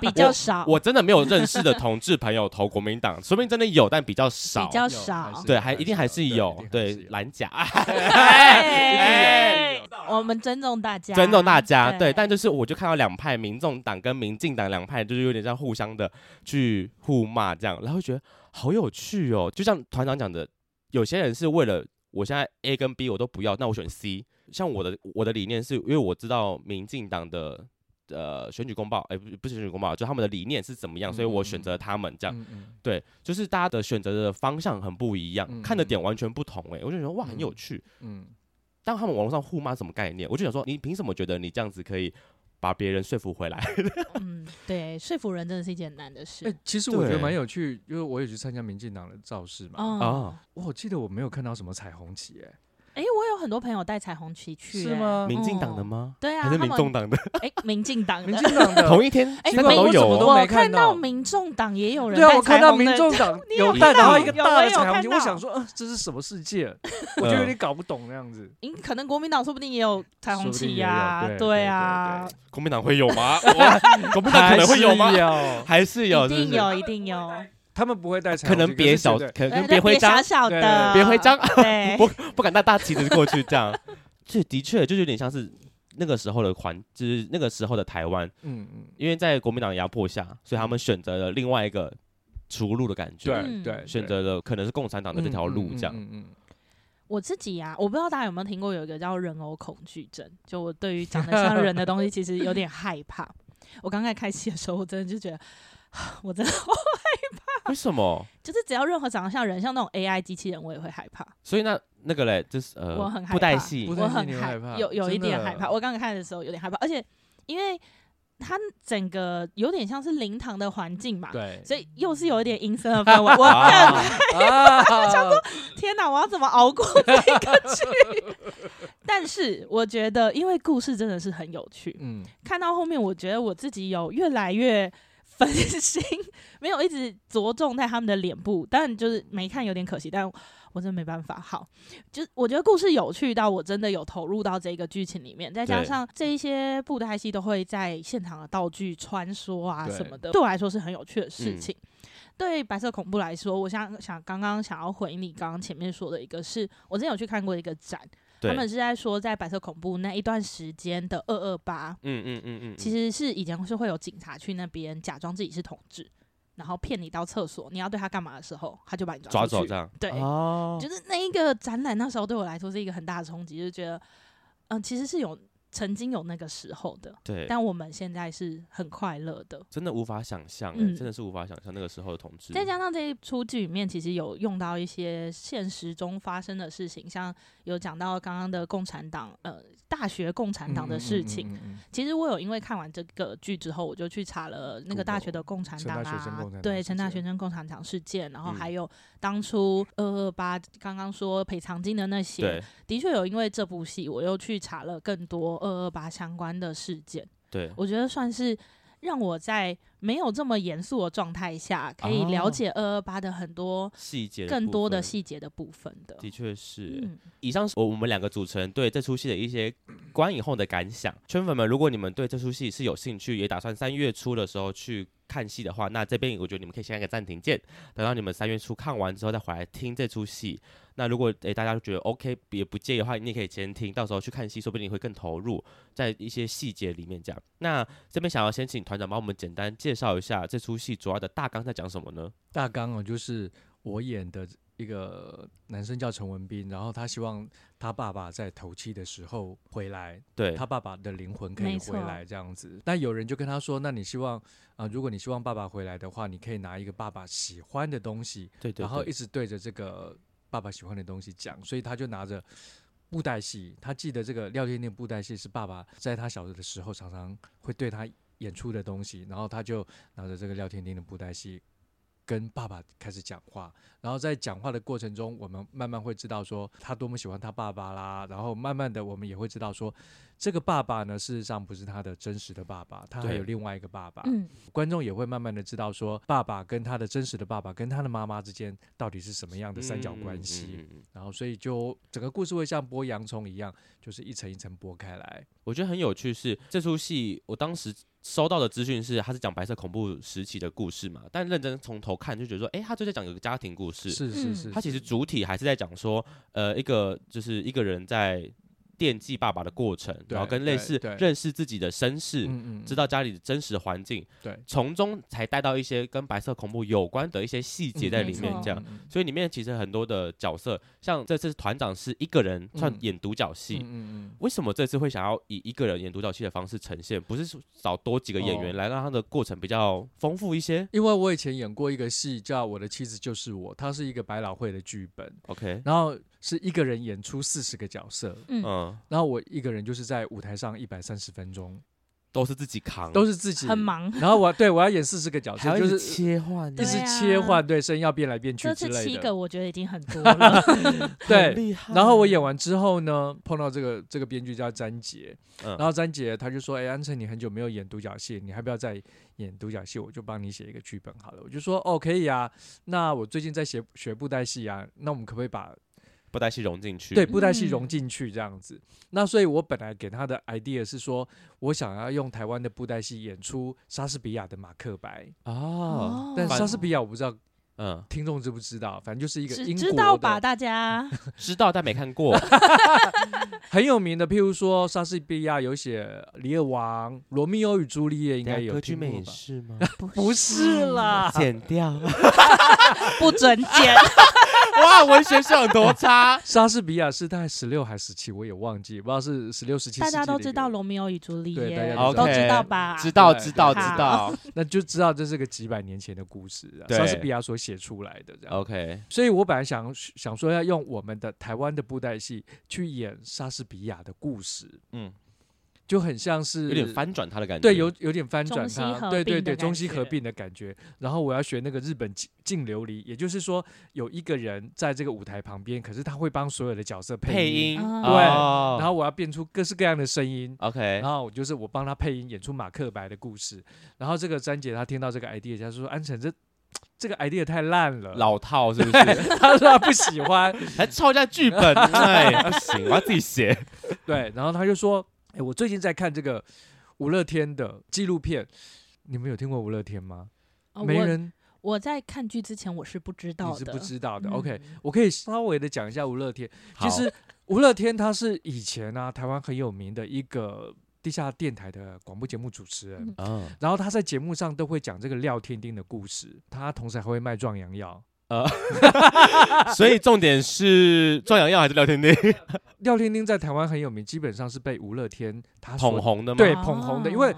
Speaker 1: 比较少， <laughs>
Speaker 2: 我真的没有认识的同志朋友投国民党，说不定真的有，但比较少。
Speaker 1: 比较
Speaker 4: 有
Speaker 1: 少
Speaker 4: 还是
Speaker 2: 对，还一定还是
Speaker 4: 是有
Speaker 2: 有。
Speaker 4: 对
Speaker 2: 对
Speaker 4: 一定还是，有哎
Speaker 2: 蓝甲，
Speaker 1: 哎我们尊重大家，
Speaker 2: 尊重大家，对，但就是我就看到两派，民众党跟民进党两派，就是有点像互相的去互骂这样，然后觉得好有趣哦。就像团长讲的，有些人是为了我现在 A 跟 B 我都不要，那我选 C。像我的我的理念是因为我知道民进党的呃选举公报，哎、不不是选举公报，就他们的理念是怎么样，所以我选择他们这样。
Speaker 4: 嗯嗯，
Speaker 2: 对，就是大家的选择的方向很不一样，
Speaker 4: 嗯
Speaker 2: 看的点完全不同、哎，我就觉得哇，很有
Speaker 4: 嗯
Speaker 2: 趣。
Speaker 4: 嗯，
Speaker 2: 当他们网络上互骂什么概念？我就想说，你凭什么觉得你这样子可以把别人说服回来？
Speaker 1: 嗯，对，说服人真的是一件难的事
Speaker 4: 哎，其实我觉得
Speaker 2: 对
Speaker 4: 蛮有趣，因为我也去参加民进党的造势嘛，
Speaker 1: 哦
Speaker 2: 啊
Speaker 4: 我记得我没有看到什么彩虹旗，哎，
Speaker 1: 哎，我有很多朋友带彩虹旗去、
Speaker 4: 是
Speaker 1: 哎
Speaker 4: 吗
Speaker 2: 民进党的
Speaker 1: 嗯
Speaker 2: 吗？
Speaker 1: 对啊，
Speaker 2: 还是
Speaker 1: 他
Speaker 2: 民
Speaker 1: 们
Speaker 2: 众党的？
Speaker 1: 哎，民进党
Speaker 4: 民
Speaker 1: 的。<laughs>
Speaker 4: 进党
Speaker 2: <laughs>
Speaker 4: 的，
Speaker 2: 同一天，
Speaker 1: 哎
Speaker 2: 三个都
Speaker 4: 我怎么
Speaker 2: 有
Speaker 4: 都
Speaker 2: 哦。
Speaker 1: 我
Speaker 4: 没看
Speaker 1: 看到
Speaker 4: 到
Speaker 1: 民众党也有人
Speaker 4: 对啊，
Speaker 1: 带
Speaker 4: 我
Speaker 1: 彩
Speaker 4: 看到
Speaker 1: 虹
Speaker 4: 民
Speaker 1: 的 <laughs>
Speaker 4: 众党
Speaker 1: 你有
Speaker 4: 有带，
Speaker 1: 看
Speaker 4: 然后
Speaker 1: 到
Speaker 4: 一个
Speaker 1: 有
Speaker 4: 大
Speaker 1: 我
Speaker 4: 的
Speaker 1: 有
Speaker 4: 彩虹
Speaker 1: 看
Speaker 4: 旗，我
Speaker 1: 到
Speaker 4: 想说，呃，这是什么世界？我就
Speaker 2: 嗯
Speaker 4: 有点搞不懂那样子。
Speaker 1: 嗯，可能国民党说不定也有彩虹
Speaker 4: 说不定
Speaker 1: 旗
Speaker 4: 也有
Speaker 1: 呀、
Speaker 4: 对
Speaker 1: 对啊，
Speaker 2: 国民党会有 <laughs> 吗？哇国民党可能会有吗
Speaker 4: 还是？有
Speaker 2: 还是有，
Speaker 1: 一
Speaker 2: 是
Speaker 1: 定
Speaker 2: 不是？
Speaker 1: 有，一定有，
Speaker 4: 他们不会带彩
Speaker 2: 可
Speaker 4: 虹旗，
Speaker 2: 能别
Speaker 4: 是
Speaker 2: 小，
Speaker 4: 绝对
Speaker 2: 可
Speaker 1: 对
Speaker 2: 能别徽章
Speaker 1: 小，小
Speaker 4: 对
Speaker 1: 的，
Speaker 2: 别徽章， <laughs>
Speaker 1: 对，
Speaker 2: 不敢带大旗子过去这样。这的确就有点像是那个时候的环，就是那个时候的台湾，
Speaker 4: 嗯嗯，
Speaker 2: 因为在国民党压迫下，所以他们选择了另外一个出路的感觉，
Speaker 4: 对
Speaker 1: 嗯
Speaker 4: 对，
Speaker 2: 选择了可能是共产党的这条路这样。
Speaker 4: 嗯嗯，
Speaker 1: 我自己呀、我不知道大家有没有听过有一个叫人偶恐惧症，就我对于长得像人的东
Speaker 4: <laughs>
Speaker 1: 西其实有点害怕。我刚才开戏的时候，我真的就觉得， <sighs> 我真的
Speaker 2: 为什么？
Speaker 1: 就是只要任何长得像人，像那种 AI 机器人，我也会害怕。
Speaker 2: 所以那那个嘞，就是呃，
Speaker 1: 我很害
Speaker 2: 布袋
Speaker 1: 怕
Speaker 2: 戏
Speaker 4: 不，
Speaker 1: 我
Speaker 4: 担心
Speaker 1: 很
Speaker 4: 你会害怕
Speaker 1: 有有一
Speaker 4: 真
Speaker 1: 点
Speaker 4: 的
Speaker 1: 害怕。我刚刚看的时候有点害怕，而且因为它整个有点像是灵堂的环境嘛，
Speaker 4: 嗯对，
Speaker 1: 嗯所以又是有一点阴森的氛
Speaker 4: <laughs>
Speaker 1: 围。我
Speaker 2: 啊
Speaker 1: 更 <laughs>
Speaker 4: 啊，想说
Speaker 1: 天哪，我要怎么熬过这个剧？ <laughs> 但是我觉得，因为故事真的是很有趣，
Speaker 4: 嗯，
Speaker 1: 看到后面，我觉得我自己有越来越分心，没有一直着重在他们的脸部，但就是没看有点可惜，但我真的没办法。好，就是我觉得故事有趣到我真的有投入到这个剧情里面，再加
Speaker 2: 对
Speaker 1: 上这一些布袋戏都会在现场的道具穿梭啊
Speaker 4: 对
Speaker 1: 什么的，对我来说是很有趣的
Speaker 2: 嗯
Speaker 1: 事情。对白色恐怖来说，我想想刚刚想要回你刚刚前面说的一个是，我之前有去看过一个展，他
Speaker 2: 对，
Speaker 1: 们是在说在白色恐怖那一段时间的二二八，
Speaker 2: 嗯嗯嗯嗯，
Speaker 1: 其实是以前是会有警察去那边假装自己是同志，然后骗你到厕所，你要对他干嘛的时候，他就把你
Speaker 2: 抓
Speaker 1: 出去
Speaker 2: 走这样。
Speaker 1: 对，
Speaker 2: 哦，
Speaker 1: 就是那一个展览，那时候对我来说是一个很大的冲击，就是觉得，嗯，其实是有曾经有那个时候的，
Speaker 2: 对，
Speaker 1: 但我们现在是很快乐的。
Speaker 2: 真的无法想象欸，
Speaker 1: 嗯
Speaker 2: 真的是无法想象那个时候的同志。
Speaker 1: 再加上这一出剧里面，其实有用到一些现实中发生的事情，像有讲到刚刚的共产党，呃，大学共产党的事情，
Speaker 4: 嗯，嗯嗯嗯嗯
Speaker 1: 其实我有因为看完这个剧之后，我就去查了那个大学的共产党
Speaker 4: 成大学生
Speaker 1: 啊
Speaker 4: 共产党，
Speaker 1: 对，
Speaker 4: 事
Speaker 1: 成大
Speaker 4: 件
Speaker 1: 学生共产党事件，然后
Speaker 2: 嗯
Speaker 1: 还有当初二二八刚刚说赔偿金的那些，
Speaker 2: 对
Speaker 1: 的确有因为这部戏，我又去查了更多二二八相关的事件，
Speaker 2: 对，
Speaker 1: 我觉得算是。让我在没有这么严肃的状态下，可以
Speaker 2: 哦
Speaker 1: 了解二二八的很多
Speaker 2: 细节
Speaker 1: 更
Speaker 2: 部
Speaker 1: 多的
Speaker 2: 分，
Speaker 1: 细节的部分的。
Speaker 2: 的确是欸。
Speaker 1: 嗯，
Speaker 2: 以上是我我们两个主持人对这出戏的一些观影后的感想。圈粉们，如果你们对这出戏是有兴趣，也打算三月初的时候去看戏的话，那这边我觉得你们可以先按个暂停键，等到你们三月初看完之后再回来听这出戏。那如果诶、大家觉得 OK 也不介意的话，你也可以先听，到时候去看戏，说不定你会更投入在一些细节里面这样。那这边想要先请团长帮我们简单介绍一下这出戏主要的大纲在讲什么呢？
Speaker 4: 大纲哦，就是我演的一个男生叫陈文斌，然后他希望他爸爸在头七的时候回来，
Speaker 2: 对，
Speaker 4: 他爸爸的灵魂可
Speaker 1: 没
Speaker 4: 以
Speaker 1: 错
Speaker 4: 回来这样子。那有人就跟他说，那你希望啊、呃如果你希望爸爸回来的话，你可以拿一个爸爸喜欢的东西，
Speaker 2: 对对
Speaker 4: 然后
Speaker 2: 对
Speaker 4: 一直对着这个爸爸喜欢的东西讲，所以他就拿着布袋戏，他记得这个廖天天布袋戏是爸爸在他小的时候常常会对他演出的东西，然后他就拿着这个廖天天的布袋戏。跟爸爸开始讲话，然后在讲话的过程中，我们慢慢会知道说他多么喜欢他爸爸啦。然后慢慢的，我们也会知道说，这个爸爸呢，事实上不是他的真实的爸爸，他还
Speaker 2: 对
Speaker 4: 有另外一个爸爸。
Speaker 1: 嗯，
Speaker 4: 观众也会慢慢的知道说，爸爸跟他的真实的爸爸跟他的妈妈之间到底是什么样的三角关系。
Speaker 2: 嗯嗯嗯嗯
Speaker 4: 然后，所以就整个故事会像剥洋葱一样，就是一层一层剥开来。
Speaker 2: 我觉得很有趣是这出戏，我当时收到的资讯是它是讲白色恐怖时期的故事嘛，但认真从头看就觉得说，诶，它就在讲一个家庭故事，
Speaker 4: 是
Speaker 1: 嗯
Speaker 4: 是是，
Speaker 2: 它其实主体还是在讲说，呃，一个就是一个人在惦记爸爸的过程，然后
Speaker 4: 对
Speaker 2: 跟类
Speaker 4: 对
Speaker 2: 似
Speaker 4: 对
Speaker 2: 认识自己的身世。
Speaker 4: 嗯嗯
Speaker 2: 知道家里的真实环境，
Speaker 4: 对
Speaker 2: 从中才带到一些跟白色恐怖有关的一些细节在
Speaker 1: 嗯
Speaker 2: 里面
Speaker 1: 没，错
Speaker 2: 这样，
Speaker 4: 嗯
Speaker 2: 所以里面其实很多的角色，像这次团长是一个人算
Speaker 4: 嗯
Speaker 2: 演独角戏，
Speaker 4: 嗯嗯
Speaker 2: 为什么这次会想要以一个人演独角戏的方式呈现？不是说找多几个演
Speaker 4: 哦
Speaker 2: 员来让他的过程比较丰富一些
Speaker 4: 因为我以前演过一个戏叫《我的妻子就是我》，它是一个百老汇的剧本，
Speaker 2: ？OK，
Speaker 4: 然后是一个人演出四十个角色，
Speaker 1: 嗯
Speaker 2: 嗯，
Speaker 4: 然后我一个人就是在舞台上一百三十分钟，
Speaker 2: 都是自己扛，
Speaker 4: 都
Speaker 2: 是
Speaker 4: 是自己
Speaker 1: 很。忙，
Speaker 4: 然后我对我要演四十个角
Speaker 2: 还
Speaker 4: 色，
Speaker 2: 要
Speaker 4: 就
Speaker 2: 一直
Speaker 4: 是
Speaker 2: 切换，
Speaker 4: 一直
Speaker 1: 对啊
Speaker 4: 切换，对声音要变来变去
Speaker 1: 这
Speaker 4: 之
Speaker 1: 次
Speaker 4: 类
Speaker 1: 七
Speaker 4: 的
Speaker 1: 个。我觉得已经很
Speaker 4: <laughs>
Speaker 1: 多了。
Speaker 2: 很
Speaker 4: 对，
Speaker 2: 厉害。
Speaker 4: 然后我演完之后呢，碰到这个这个编剧叫詹杰，
Speaker 2: 嗯
Speaker 4: 然后詹杰他就说：“哎，安辰，你很久没有演独角戏，你还不要再演独角戏，我就帮你写一个剧本好了。”我就说：“哦，可以啊，那我最近在学学布袋戏啊，那我们可不可以把
Speaker 2: 嗯不带戏融进去，
Speaker 4: 对布袋戏融
Speaker 1: 嗯
Speaker 4: 进去这样子？”那所以，我本来给他的 idea 是说，我想要用台湾的布袋戏演出莎士比亚的《马克白》，
Speaker 2: 哦，
Speaker 4: 但
Speaker 2: 反
Speaker 4: 莎士比亚我不知道
Speaker 2: 嗯，
Speaker 4: 听众知不知道，反正就是一个
Speaker 1: 知
Speaker 4: 英
Speaker 1: 知道
Speaker 4: 国
Speaker 1: 吧，
Speaker 4: 的
Speaker 1: 大家？
Speaker 2: 知道但没看
Speaker 4: <laughs>
Speaker 2: 过，
Speaker 4: 很有名的，譬如说莎士比亚有写《李尔王》《罗密欧与朱丽叶》，应该
Speaker 2: 等下
Speaker 4: 有
Speaker 2: 啊歌剧
Speaker 4: 听
Speaker 2: 魅
Speaker 4: 过
Speaker 2: 影
Speaker 4: 吧？
Speaker 2: 是吗？
Speaker 4: 不是啦，
Speaker 2: <laughs> 剪掉，
Speaker 1: <laughs>
Speaker 4: <laughs>
Speaker 1: 不准剪，
Speaker 2: 哇，文学是有多差？
Speaker 4: 莎士比亚是大概十六还是十七，我也忘记，不知道是十六十七。
Speaker 1: 大家都知道《
Speaker 4: 了，
Speaker 1: 罗密欧与朱丽
Speaker 4: 对大
Speaker 1: 叶
Speaker 4: 家》，
Speaker 2: 都
Speaker 1: 都
Speaker 2: 知
Speaker 1: 知
Speaker 2: 道
Speaker 1: 道吧？
Speaker 2: <laughs> 知道，
Speaker 4: 对
Speaker 2: 知道，知
Speaker 1: 好
Speaker 2: 道。
Speaker 4: 那就知道这是个几百年前的故事啊，
Speaker 2: 对哦
Speaker 4: 莎士比亚所写出来的这样。
Speaker 2: OK，
Speaker 4: 所以我本来想想说要用我们的台湾的布袋戏去演莎士比亚的故事，
Speaker 2: 嗯，
Speaker 4: 就很像是
Speaker 2: 有点翻转他的感觉，
Speaker 4: 对，有有点翻转
Speaker 1: 中西
Speaker 4: 它，
Speaker 1: 合
Speaker 4: 对对
Speaker 1: 并的
Speaker 4: 对，中
Speaker 1: 感
Speaker 4: 西合
Speaker 1: 觉
Speaker 4: 并的感觉。然后我要学那个日本净净琉璃，也就是说有一个人在这个舞台旁边，可是他会帮所有的角色
Speaker 2: 配
Speaker 4: 音，
Speaker 2: 音，
Speaker 1: 嗯
Speaker 4: 对
Speaker 2: 哦
Speaker 4: 然后我要变出各式各样的声音。
Speaker 2: OK，
Speaker 4: 然后我就是我帮他配音演出马克白的故事，然后这个詹姐她听到这个 idea，她说：“安晨这这个 idea 太烂了，
Speaker 2: 老套是不是？
Speaker 4: 她说她不喜欢。
Speaker 2: 还抄人家剧
Speaker 4: <laughs>
Speaker 2: 本，哎，不行，我要自己写。”
Speaker 4: 对，然后她就说：“哎，我最近在看这个吴乐天的纪录片，你们有听过吴乐天吗？
Speaker 1: 啊
Speaker 4: 没
Speaker 1: 我
Speaker 4: 人
Speaker 1: 我在看剧之前我是不知道
Speaker 4: 你
Speaker 1: 的，
Speaker 4: 是不知道的。
Speaker 1: 嗯
Speaker 4: OK，我可以稍微的讲一下吴乐天。
Speaker 2: 好
Speaker 4: <laughs> 其实吴乐天他是以前啊台湾很有名的一个地下电台的广播节目主持人，
Speaker 1: 嗯
Speaker 2: 嗯，
Speaker 4: 然后他在节目上都会讲这个廖天丁的故事，他同时还会卖壮阳药。啊
Speaker 2: 嗯所以重点是壮阳药还是聊天
Speaker 4: <laughs>
Speaker 2: 钉
Speaker 4: 廖天丁在台湾很有名，基本上是被吴乐天他所
Speaker 2: 捧红的吗？
Speaker 4: 对
Speaker 1: 啊
Speaker 4: 捧红的因为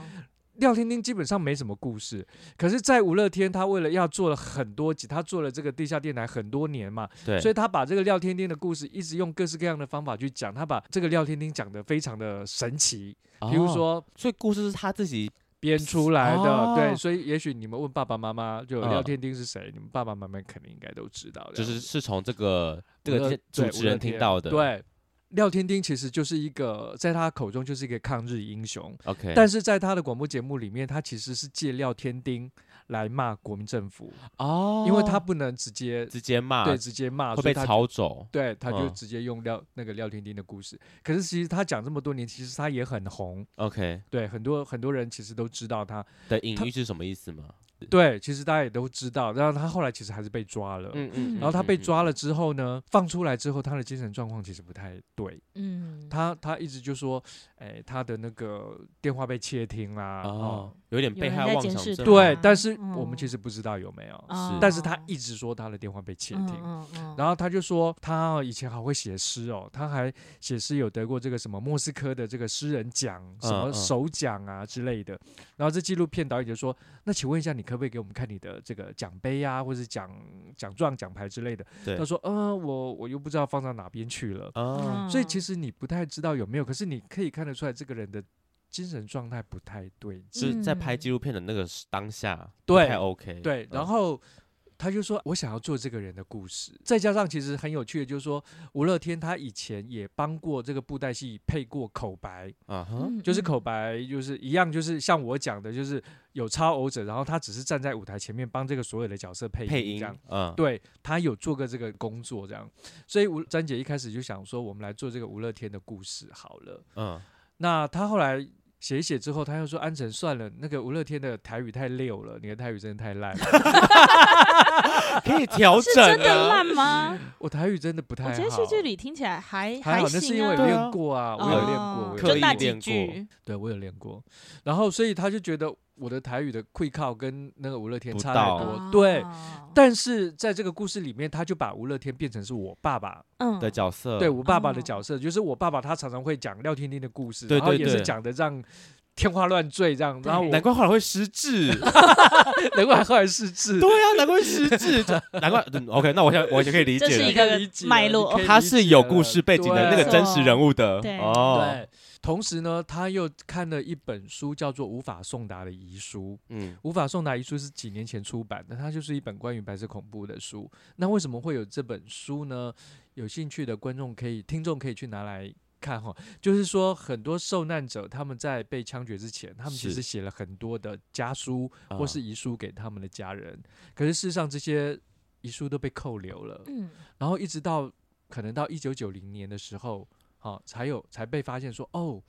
Speaker 4: 廖天丁基本上没什么故事，可是，在吴乐天他为了要做了很多集，他做了这个地下电台很多年嘛，
Speaker 2: 对
Speaker 4: 所以他把这个廖天丁的故事一直用各式各样的方法去讲，他把这个廖天丁讲得非常的神奇，
Speaker 2: 哦
Speaker 4: 比如说
Speaker 2: 所以故事是他自己
Speaker 4: 编出来的，
Speaker 2: 哦
Speaker 4: 对，所以也许你们问爸爸妈妈，就
Speaker 2: 嗯
Speaker 4: 廖天丁是谁，你们爸爸妈妈肯定应该都知道，这
Speaker 2: 就
Speaker 4: 样
Speaker 2: 是
Speaker 4: 子
Speaker 2: 是从这个这
Speaker 4: 吴
Speaker 2: 个
Speaker 4: 乐
Speaker 2: 天主
Speaker 4: 对
Speaker 2: 持人
Speaker 4: 吴乐天
Speaker 2: 听到的。
Speaker 4: 对。廖天丁其实就是一个，在他口中就是一个抗日英雄，
Speaker 2: ，OK，
Speaker 4: 但是在他的广播节目里面，他其实是借廖天丁来骂国民政府，
Speaker 2: 哦，
Speaker 4: 因为他不能直接
Speaker 2: 直接骂
Speaker 4: 对直接骂，
Speaker 2: 会
Speaker 4: 所
Speaker 2: 被
Speaker 4: 以他
Speaker 2: 抄走。
Speaker 4: 对，他就
Speaker 2: 嗯
Speaker 4: 直接用廖、那个廖天丁的故事。可是其实他讲这么多年，其实他也很红，
Speaker 2: OK
Speaker 4: 对，很多很多人其实都知道他，
Speaker 2: 的隐
Speaker 4: 他
Speaker 2: 喻是什么意思吗？
Speaker 4: 对，其实大家也都知道。然后他后来其实还是被抓了。
Speaker 2: 嗯
Speaker 1: 嗯
Speaker 2: 嗯，
Speaker 4: 然后他被
Speaker 2: 嗯
Speaker 4: 抓了，之后呢，放出来之后，他的精神状况其实不太对。
Speaker 1: 嗯，
Speaker 4: 他他一直就说，哎，他的那个电话被窃听啦、
Speaker 2: 嗯
Speaker 4: 哦
Speaker 2: 哦，，有点
Speaker 1: 有
Speaker 2: 被
Speaker 1: 人
Speaker 2: 害
Speaker 1: 在
Speaker 2: 妄
Speaker 1: 监
Speaker 2: 想
Speaker 1: 视
Speaker 2: 症
Speaker 1: 他
Speaker 2: 吗。
Speaker 4: 对，但是我们
Speaker 1: 嗯
Speaker 4: 其实不知道有没有，
Speaker 1: 哦
Speaker 4: 但是他一直说他的电话被窃听。
Speaker 1: 嗯
Speaker 2: 哦
Speaker 1: 嗯嗯
Speaker 4: 然后他就说，他哦以前好会写诗哦，他还写诗有得过这个什么莫斯科的这个诗人奖、什么
Speaker 2: 嗯
Speaker 4: 首奖啊之类的。然后这纪录片导演就说：“那请问一下，你可不可以给我们看你的这个奖杯啊，或者奖奖状、奖牌之类的？”
Speaker 2: 对
Speaker 4: 他说：“嗯、我我又不知道放到哪边去了。
Speaker 2: 哦，
Speaker 1: 嗯
Speaker 4: 所以其实你不太知道有没有，可是你可以看得出来这个人的精神状态不太对劲。
Speaker 2: 就是在拍
Speaker 1: 嗯
Speaker 2: 纪录片的那个时当下，
Speaker 4: 对
Speaker 2: 太 OK，
Speaker 4: 对，然后他就说：“我想要做这个人的故事。”再加上其实很有趣的，就是说吴乐天他以前也帮过这个布袋戏配过口白，
Speaker 2: 啊哈，
Speaker 1: 嗯
Speaker 4: 就是口白就是一样，就是像我讲的，就是有超偶者，然后他只是站在舞台前面帮这个所有的角色配
Speaker 2: 配
Speaker 4: 音
Speaker 2: 音
Speaker 4: 这样。，
Speaker 2: 嗯，
Speaker 4: 对他有做过这个工作，这样，所以吴詹姐一开始就想说，我们来做这个吴乐天的故事好了。
Speaker 2: 嗯，
Speaker 4: 那他后来写一写之后，他又说：“安晨，算了，那个吴乐天的台语太溜了，你的台语真的太烂了。”
Speaker 2: 可以调
Speaker 1: 是
Speaker 2: 整
Speaker 1: 真的
Speaker 2: 啊
Speaker 1: 烂吗？
Speaker 4: 我台语真的不 <laughs> 太好。
Speaker 1: 我觉得戏剧里听起来还
Speaker 4: 还好，那是
Speaker 1: 行
Speaker 4: 因为
Speaker 1: 啊，
Speaker 4: 有
Speaker 2: 对
Speaker 4: 练
Speaker 2: 啊
Speaker 4: 过啊，我有练过，
Speaker 1: 哦
Speaker 4: 我有
Speaker 2: 刻
Speaker 1: 就
Speaker 2: 意
Speaker 1: 那
Speaker 4: 练过，
Speaker 1: 几
Speaker 2: 练
Speaker 1: 句，
Speaker 4: 对我有练过。然后所以他就觉得我的台语的溃靠跟那个吴乐天
Speaker 2: 不
Speaker 4: 差太
Speaker 2: 到
Speaker 4: 多，对。
Speaker 1: 哦
Speaker 4: 但是在这个故事里面，他就把吴乐天变成是我爸爸，
Speaker 1: 嗯
Speaker 2: 的角色，
Speaker 4: 对我爸爸的角
Speaker 1: 哦
Speaker 4: 色，就是我爸爸，他常常会讲廖天丁的故事，
Speaker 2: 对
Speaker 4: 然后
Speaker 2: 对
Speaker 4: 也是
Speaker 2: 对
Speaker 4: 讲的让天花乱坠这样，然后我
Speaker 2: 难怪后来会失
Speaker 4: <laughs>
Speaker 2: 智，
Speaker 4: 难怪后来失智，
Speaker 2: 对啊，难怪会失
Speaker 4: <laughs>
Speaker 2: 智，这难怪嗯 OK，那我现在我就可以理
Speaker 1: 这
Speaker 2: 解
Speaker 1: 是
Speaker 2: 了
Speaker 1: 一
Speaker 4: 你
Speaker 1: 个
Speaker 4: 可以理解了
Speaker 1: 脉
Speaker 4: 你
Speaker 1: 络
Speaker 4: 可以理
Speaker 2: 他是
Speaker 4: 解
Speaker 2: 有
Speaker 4: 了
Speaker 2: 故事背景的那
Speaker 4: 对啊
Speaker 2: 个真实人物的
Speaker 1: 对
Speaker 2: 哦，
Speaker 4: 对，同时呢，他又看了一本书，叫做《无法送达的遗书》。
Speaker 2: 嗯
Speaker 4: 《无法送达遗书》是几年前出版的，它就是一本关于白色恐怖的书。那为什么会有这本书呢？有兴趣的观众可以、听众可以去拿来看哈。就是说，很多受难者他们在被枪决之前，他们其
Speaker 2: 是
Speaker 4: 实写了很多的家书
Speaker 2: 啊
Speaker 4: 或是遗书给他们的家人，可是事实上这些遗书都被扣留了，
Speaker 1: 嗯，
Speaker 4: 然后一直到可能到一九九零年的时候，好、才有才被发现说哦。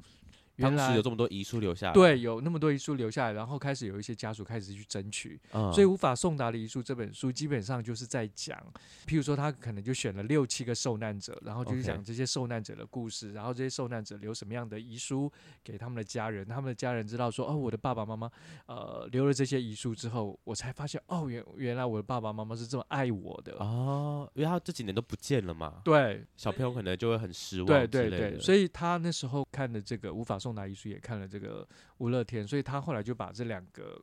Speaker 4: 原
Speaker 2: 当时
Speaker 4: 来
Speaker 2: 有这么多遗书留下来，
Speaker 4: 对，有那么多遗书留下来，然后开始有一些家属开始去争取，
Speaker 2: 嗯，
Speaker 4: 所以《无法送达的遗书》这本书基本上就是在讲，譬如说他可能就选了六七个受难者，然后就是
Speaker 2: OK
Speaker 4: 讲这些受难者的故事，然后这些受难者留什么样的遗书给他们的家人，他们的家人知道说，哦，我的爸爸妈妈，呃，留了这些遗书之后，我才发现，哦，原原来我的爸爸妈妈是这么爱我的。
Speaker 2: 哦，因为他这几年都不见了嘛，
Speaker 4: 对
Speaker 2: 小朋友可能就会很失望
Speaker 4: 对
Speaker 2: 之
Speaker 4: 对
Speaker 2: 类
Speaker 4: 对，
Speaker 2: 的
Speaker 4: 所以他那时候看的这个《无法送达遗书》，也看了这个《无乐天》，所以他后来就把这两个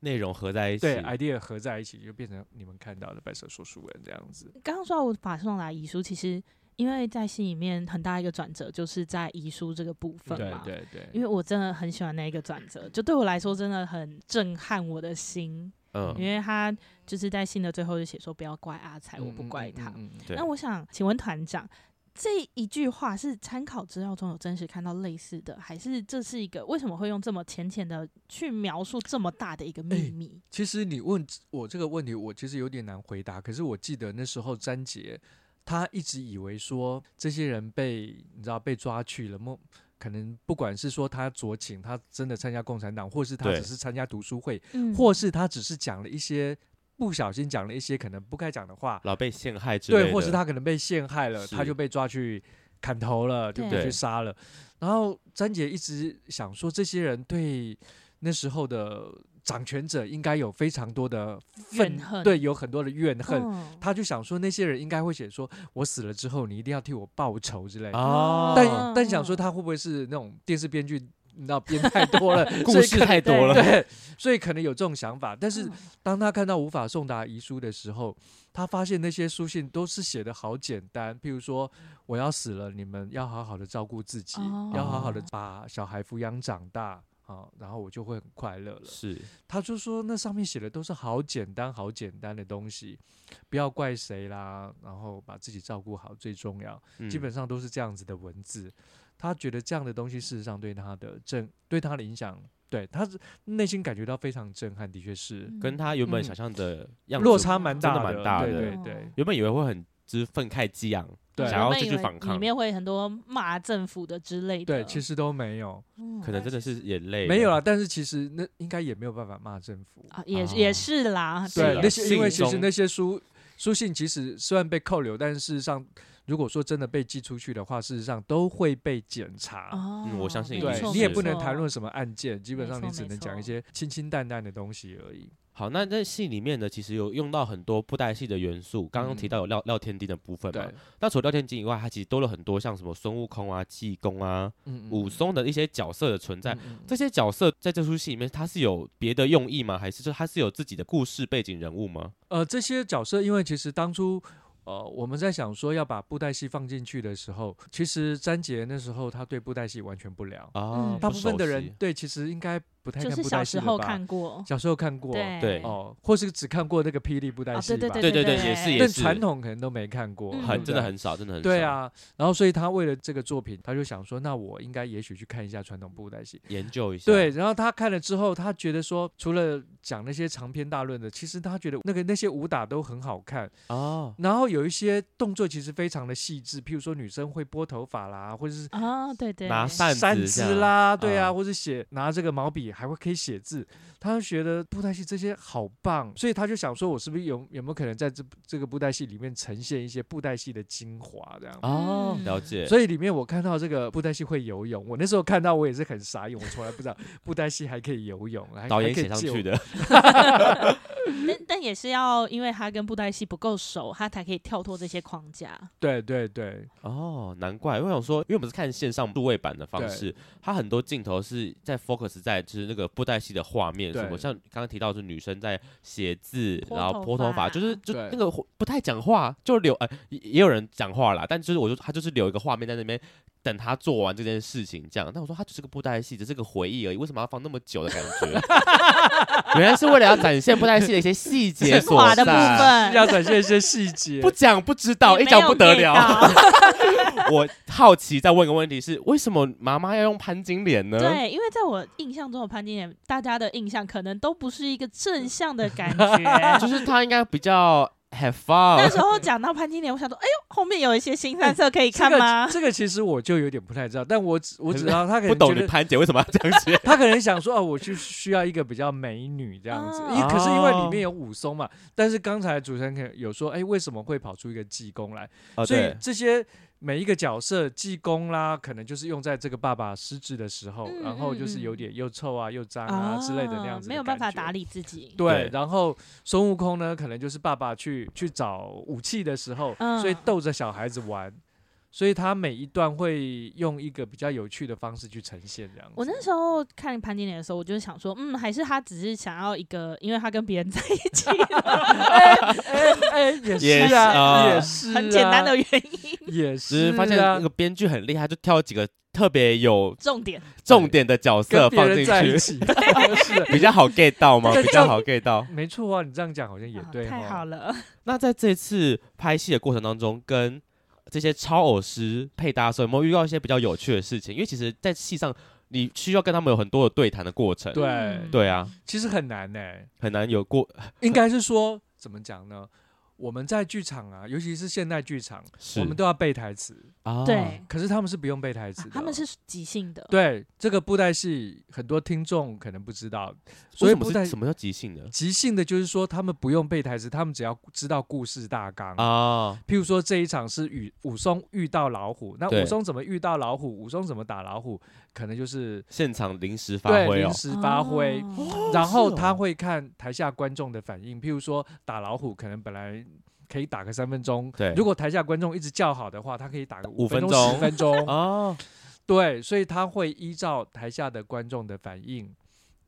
Speaker 2: 内容合在一起，
Speaker 4: 对哎 idea 合在一起，就变成你们看到的白色说书人这样子。
Speaker 1: 刚刚说到我把送来遗书，其实因为在戏里面很大一个转折就是在遗书这个部分
Speaker 4: 对
Speaker 1: 嘛。
Speaker 4: 对对，
Speaker 1: 因为我真的很喜欢那一个转折，就对我来说真的很震撼我的心，因
Speaker 2: 嗯，
Speaker 1: 为他就是在信的最后就写说不要怪阿才，我不
Speaker 4: 嗯
Speaker 1: 怪他。
Speaker 4: 嗯嗯嗯嗯
Speaker 2: 对
Speaker 1: 那我想请问团长，这一句话是参考资料中有真实看到类似的，还是这是一个为什么会用这么浅浅的去描述这么大的一个秘
Speaker 4: 哎
Speaker 1: 密？
Speaker 4: 其实你问我这个问题，我其实有点难回答。可是我记得那时候詹杰他一直以为说这些人被你知道被抓去了，梦可能不管是说他酌情，他真的参加共产党，或是他
Speaker 2: 对
Speaker 4: 只是参加读书会，
Speaker 1: 嗯
Speaker 4: 或是他只是讲了一些不小心讲了一些可能不该讲的话，
Speaker 2: 老被陷害之类的，
Speaker 4: 对，或是他可能被陷害了，
Speaker 2: 是
Speaker 4: 他就被抓去砍头了，就
Speaker 1: 对
Speaker 4: 被
Speaker 2: 对
Speaker 4: 去杀了。然后詹姐一直想说，这些人对那时候的掌权者应该有非常多的愤
Speaker 1: 怨恨
Speaker 4: 对，有很多的怨恨。
Speaker 1: 嗯
Speaker 4: 他就想说，那些人应该会写说，我死了之后，你一定要替我报仇之类的。
Speaker 2: 哦，
Speaker 1: 嗯
Speaker 4: 但但想说，他会不会是那种电视编剧？你知道编太
Speaker 2: <laughs>，
Speaker 4: 多了
Speaker 2: 故事太多
Speaker 1: 对
Speaker 2: 了，
Speaker 4: 对，所以可能有这种想法。但是
Speaker 1: 嗯
Speaker 4: 当他看到无法送达遗书的时候，他发现那些书信都是写的好简单，譬如说我要死了，你们要好好的照顾自己，
Speaker 1: 哦
Speaker 4: 要好好的把小孩抚养长大。啊，然后我就会很快乐了。
Speaker 2: 是
Speaker 4: 他就说，那上面写的都是好简单、好简单的东西，不要怪谁啦，然后把自己照顾好最重要。
Speaker 2: 嗯
Speaker 4: 基本上都是这样子的文字。他觉得这样的东西，事实上对他的震，对他的影响，对他是内心感觉到非常震撼，的确是、
Speaker 1: 嗯
Speaker 2: 跟他原本
Speaker 4: 嗯
Speaker 2: 想象的样子
Speaker 4: 落差蛮
Speaker 2: 真
Speaker 4: 大
Speaker 2: 的
Speaker 4: 的，
Speaker 2: 蛮大的
Speaker 4: 对
Speaker 1: 哦
Speaker 4: 对对
Speaker 2: 原本以为会很就是愤慨激昂，
Speaker 4: 对
Speaker 2: 想要
Speaker 1: 我本
Speaker 2: 继
Speaker 1: 以
Speaker 2: 续
Speaker 1: 为
Speaker 2: 反抗
Speaker 1: 里，面会很多骂政府的之类的。哦
Speaker 4: 对，其
Speaker 1: 实、
Speaker 4: 实都没有，
Speaker 2: 可能真的是眼泪
Speaker 4: 没有啦。但是其实那应该也没有办法骂政府，
Speaker 1: 啊，也、
Speaker 2: 哦
Speaker 1: 也是啦，
Speaker 2: 是
Speaker 4: 对
Speaker 2: 啦
Speaker 4: 那些，因为
Speaker 2: 信
Speaker 4: 其实
Speaker 2: 中
Speaker 4: 那些书书信，其实虽然被扣留，但是事实上，如果说真的被寄出去的话，事实上都会被检查。
Speaker 1: 哦、
Speaker 2: 嗯我相信
Speaker 1: 没
Speaker 2: 一定
Speaker 4: 对
Speaker 1: 错
Speaker 4: 你也
Speaker 1: 没
Speaker 4: 不能
Speaker 1: 错
Speaker 4: 谈论什么案件，基本
Speaker 1: 没
Speaker 4: 上
Speaker 1: 错
Speaker 4: 你只
Speaker 1: 没
Speaker 4: 能讲一
Speaker 1: 错
Speaker 4: 些清清淡淡的东西而已。
Speaker 2: 好，那在戏里面呢，其实有用到很多布袋戏的元素，刚刚提
Speaker 4: 嗯
Speaker 2: 到有廖廖天丁的部分
Speaker 4: 对
Speaker 2: 嘛，，那除了廖天丁以外，它其实多了很多像什么孙悟空啊、济公啊、
Speaker 4: 嗯
Speaker 2: 武松的一些角色的存在。
Speaker 4: 嗯嗯
Speaker 2: 这些角色在这出戏里面，它是有别的用意吗？还是就它是有自己的故事背景人物吗？
Speaker 4: 呃，这些角色，因为其实当初。呃，我们在想说要把布袋戏放进去的时候，其实詹杰那时候他对布袋戏完全不了，
Speaker 2: 啊
Speaker 1: 嗯，
Speaker 4: 大
Speaker 2: 不
Speaker 4: 部分
Speaker 2: 熟
Speaker 4: 的
Speaker 2: 悉
Speaker 4: 人对其实应该不太
Speaker 1: 就
Speaker 4: 看
Speaker 1: 是
Speaker 4: 布
Speaker 1: 小
Speaker 4: 袋戏
Speaker 1: 时
Speaker 4: 了
Speaker 1: 候
Speaker 4: 吧
Speaker 1: 看过，
Speaker 4: 小时候看过，
Speaker 2: 对
Speaker 4: 哦，或是只看过那个霹雳布袋
Speaker 1: 啊，
Speaker 4: 戏
Speaker 1: 对
Speaker 4: 吧、
Speaker 1: 对
Speaker 2: 对
Speaker 1: 对
Speaker 2: 对也是也
Speaker 4: 但传统可能都没看过，
Speaker 1: 嗯
Speaker 4: 对
Speaker 2: 很
Speaker 4: 不
Speaker 2: 真的
Speaker 4: 对
Speaker 2: 很少，真的很少。
Speaker 4: 对，啊。然后所以他为了这个作品，他就想说，那我应该也许去看一下传统布袋戏，
Speaker 2: 研究一下。
Speaker 4: 对，，然后他看了之后，他觉得说，除了讲那些长篇大论的，其实他觉得那个那些武打都很好看，
Speaker 2: 哦，
Speaker 4: 然后有一些动作其实非常的细致，譬如说女生会拨头发啦，或者是
Speaker 1: 啊，对对，
Speaker 2: 拿扇
Speaker 4: 扇
Speaker 2: 子这样
Speaker 4: 子啦，对啊，
Speaker 2: 嗯
Speaker 4: 或者写拿这个毛笔还会可以写字，他就觉得布袋戏这些好棒，所以他就想说，我是不是有有没有可能在这这个布袋戏里面呈现一些布袋戏的精华这样？
Speaker 2: 哦，
Speaker 1: 嗯
Speaker 2: 了解。
Speaker 4: 所以里面我看到这个布袋戏会游泳，我那时候看到我也是很傻眼，我从来不
Speaker 2: <laughs>
Speaker 4: 知道布袋戏还可以游泳，还
Speaker 2: 导演
Speaker 4: 还可以
Speaker 2: 写上
Speaker 4: 救
Speaker 2: 去的，
Speaker 1: <laughs> 但但也是要，因为他跟布袋戏不够熟，他才可以跳脱这些框架。
Speaker 4: 对对对，
Speaker 2: 哦，难怪，因为我想说，因为我们是看线上数位版的方
Speaker 4: 对
Speaker 2: 式，它很多镜头是在 focus 在就是那个布袋戏的画面，什么
Speaker 4: 对
Speaker 2: 像刚刚提到是女生在写字，
Speaker 1: 拨
Speaker 2: 然后
Speaker 1: 头
Speaker 2: 拨头发，
Speaker 1: 发
Speaker 2: 就是就
Speaker 4: 对
Speaker 2: 那个不太讲话，就留呃也也有人讲话啦，但就是我就他就是留一个画面在那边等他做完这件事情这样。但我说他只是个布袋戏，只是个回忆而已，为什么要放那么久的感觉？ <laughs> 原来是为了要展现布袋戏的一些细节
Speaker 1: 精
Speaker 2: 所
Speaker 1: 华的部
Speaker 2: 在。
Speaker 1: 分，
Speaker 4: 要展现一些细节
Speaker 2: 不。讲不知道，一
Speaker 1: 也没
Speaker 2: 讲
Speaker 1: 有
Speaker 2: 不得
Speaker 1: get
Speaker 2: 了。
Speaker 1: 到。
Speaker 2: <laughs> 我好奇再问个问题是，为什么妈妈要用潘金莲呢？
Speaker 1: 对，因为在我印象中的潘金莲，大家的印象可能都不是一个正向的感觉。
Speaker 2: 就是她应该比较 have
Speaker 1: 那
Speaker 2: fun。
Speaker 1: 时候讲到潘金莲，我想说，哎呦，后面有一些新三色可以
Speaker 4: 这
Speaker 1: 看吗
Speaker 4: 个？这个其实我就有点不太知道，但我只
Speaker 2: <laughs>
Speaker 4: 我只知道他可能
Speaker 2: 不懂
Speaker 4: 觉
Speaker 2: 你
Speaker 4: 得？
Speaker 2: 潘姐为什么要这样写
Speaker 4: <laughs> 他可能想说，哦，我就需要一个比较美女这样子，
Speaker 1: 哦
Speaker 4: 因为可是因为里面有武松嘛。但是刚才主持人可能有说，哎，为什么会跑出一个济公来？
Speaker 2: 哦，
Speaker 4: 所以
Speaker 2: 对，
Speaker 4: 这些每一个角色，济公啦，可能就是用在这个爸爸失智的时候，
Speaker 1: 嗯
Speaker 4: 然后就是有点又臭啊、又脏啊之类的那样子，
Speaker 1: 哦没有办法打。理自己。
Speaker 4: 对
Speaker 2: 对，
Speaker 4: 然后孙悟空呢，可能就是爸爸去去找武器的时候，
Speaker 1: 嗯
Speaker 4: 所以逗着小孩子玩，所以他每一段会用一个比较有趣的方式去呈现这样子。
Speaker 1: 我那时候看潘金莲的时候，我就是想说，嗯，还是他只是想要一个，因为他跟别人在一起 <laughs>
Speaker 4: 哎，也
Speaker 2: 也
Speaker 4: 是
Speaker 2: 是
Speaker 4: 啊，
Speaker 2: 啊
Speaker 4: 也是啊
Speaker 1: 很简单的，原因。
Speaker 4: 也是
Speaker 2: 只是发现
Speaker 4: 啊
Speaker 2: 那个编剧很厉害，就挑几个特别有
Speaker 1: 重点，啊
Speaker 2: 重点的角色
Speaker 4: 跟别
Speaker 2: 放
Speaker 4: 人
Speaker 2: 进
Speaker 4: 在一
Speaker 2: 去，
Speaker 4: 起， <laughs> 哦是的，
Speaker 2: 比较好 get 到
Speaker 4: <laughs>
Speaker 2: 吗？
Speaker 4: 这个
Speaker 2: 比较
Speaker 4: 叫
Speaker 2: 好 get 到。
Speaker 4: 没错啊，你这样讲好像也
Speaker 1: 啊
Speaker 4: 对，
Speaker 1: 太好。了。
Speaker 2: 那在这次拍戏的过程当中，跟这些超偶师配搭的时候，有没有遇到一些比较有趣的事情？因为其实，在戏上你需要跟他们有很多的对谈的过程。
Speaker 4: 对
Speaker 1: 嗯
Speaker 2: 对啊，
Speaker 4: 其实很难呢、
Speaker 2: 很难有过
Speaker 4: 应该是说怎么讲呢？我们在剧场啊，尤其是现代剧场，
Speaker 2: 是
Speaker 4: 我们都要背台词，
Speaker 2: 啊，
Speaker 1: 对，
Speaker 4: 可是他们是不用背台词
Speaker 1: 啊
Speaker 4: 的。
Speaker 1: 他们是即兴的。
Speaker 4: 对这个布袋戏，很多听众可能不知道，所
Speaker 2: 所
Speaker 4: 以
Speaker 2: 以
Speaker 4: 布
Speaker 2: 不
Speaker 4: 袋
Speaker 2: 是什么叫即兴的
Speaker 4: 即兴的，就是说他们不用背台词，他们只要知道故事大纲
Speaker 2: 啊？
Speaker 4: 譬如说这一场是与武松遇到老虎，那
Speaker 2: 对
Speaker 4: 武松怎么遇到老虎？武松怎么打老虎？可能就是
Speaker 2: 现场临时发
Speaker 4: 对
Speaker 2: 挥哦
Speaker 4: 临，时发挥。
Speaker 1: 哦
Speaker 4: 然后
Speaker 2: 是哦
Speaker 4: 他会看台下观众的反应，譬如说打老虎，可能本来可以打个三分钟，
Speaker 2: 对
Speaker 4: 如果台下观众一直叫好的话，他可以打个
Speaker 2: 五
Speaker 4: 分
Speaker 2: 分
Speaker 4: 钟、
Speaker 2: 钟
Speaker 4: 十
Speaker 2: <laughs>
Speaker 4: 分钟。
Speaker 2: 哦，
Speaker 4: 对，所以他会依照台下的观众的反应。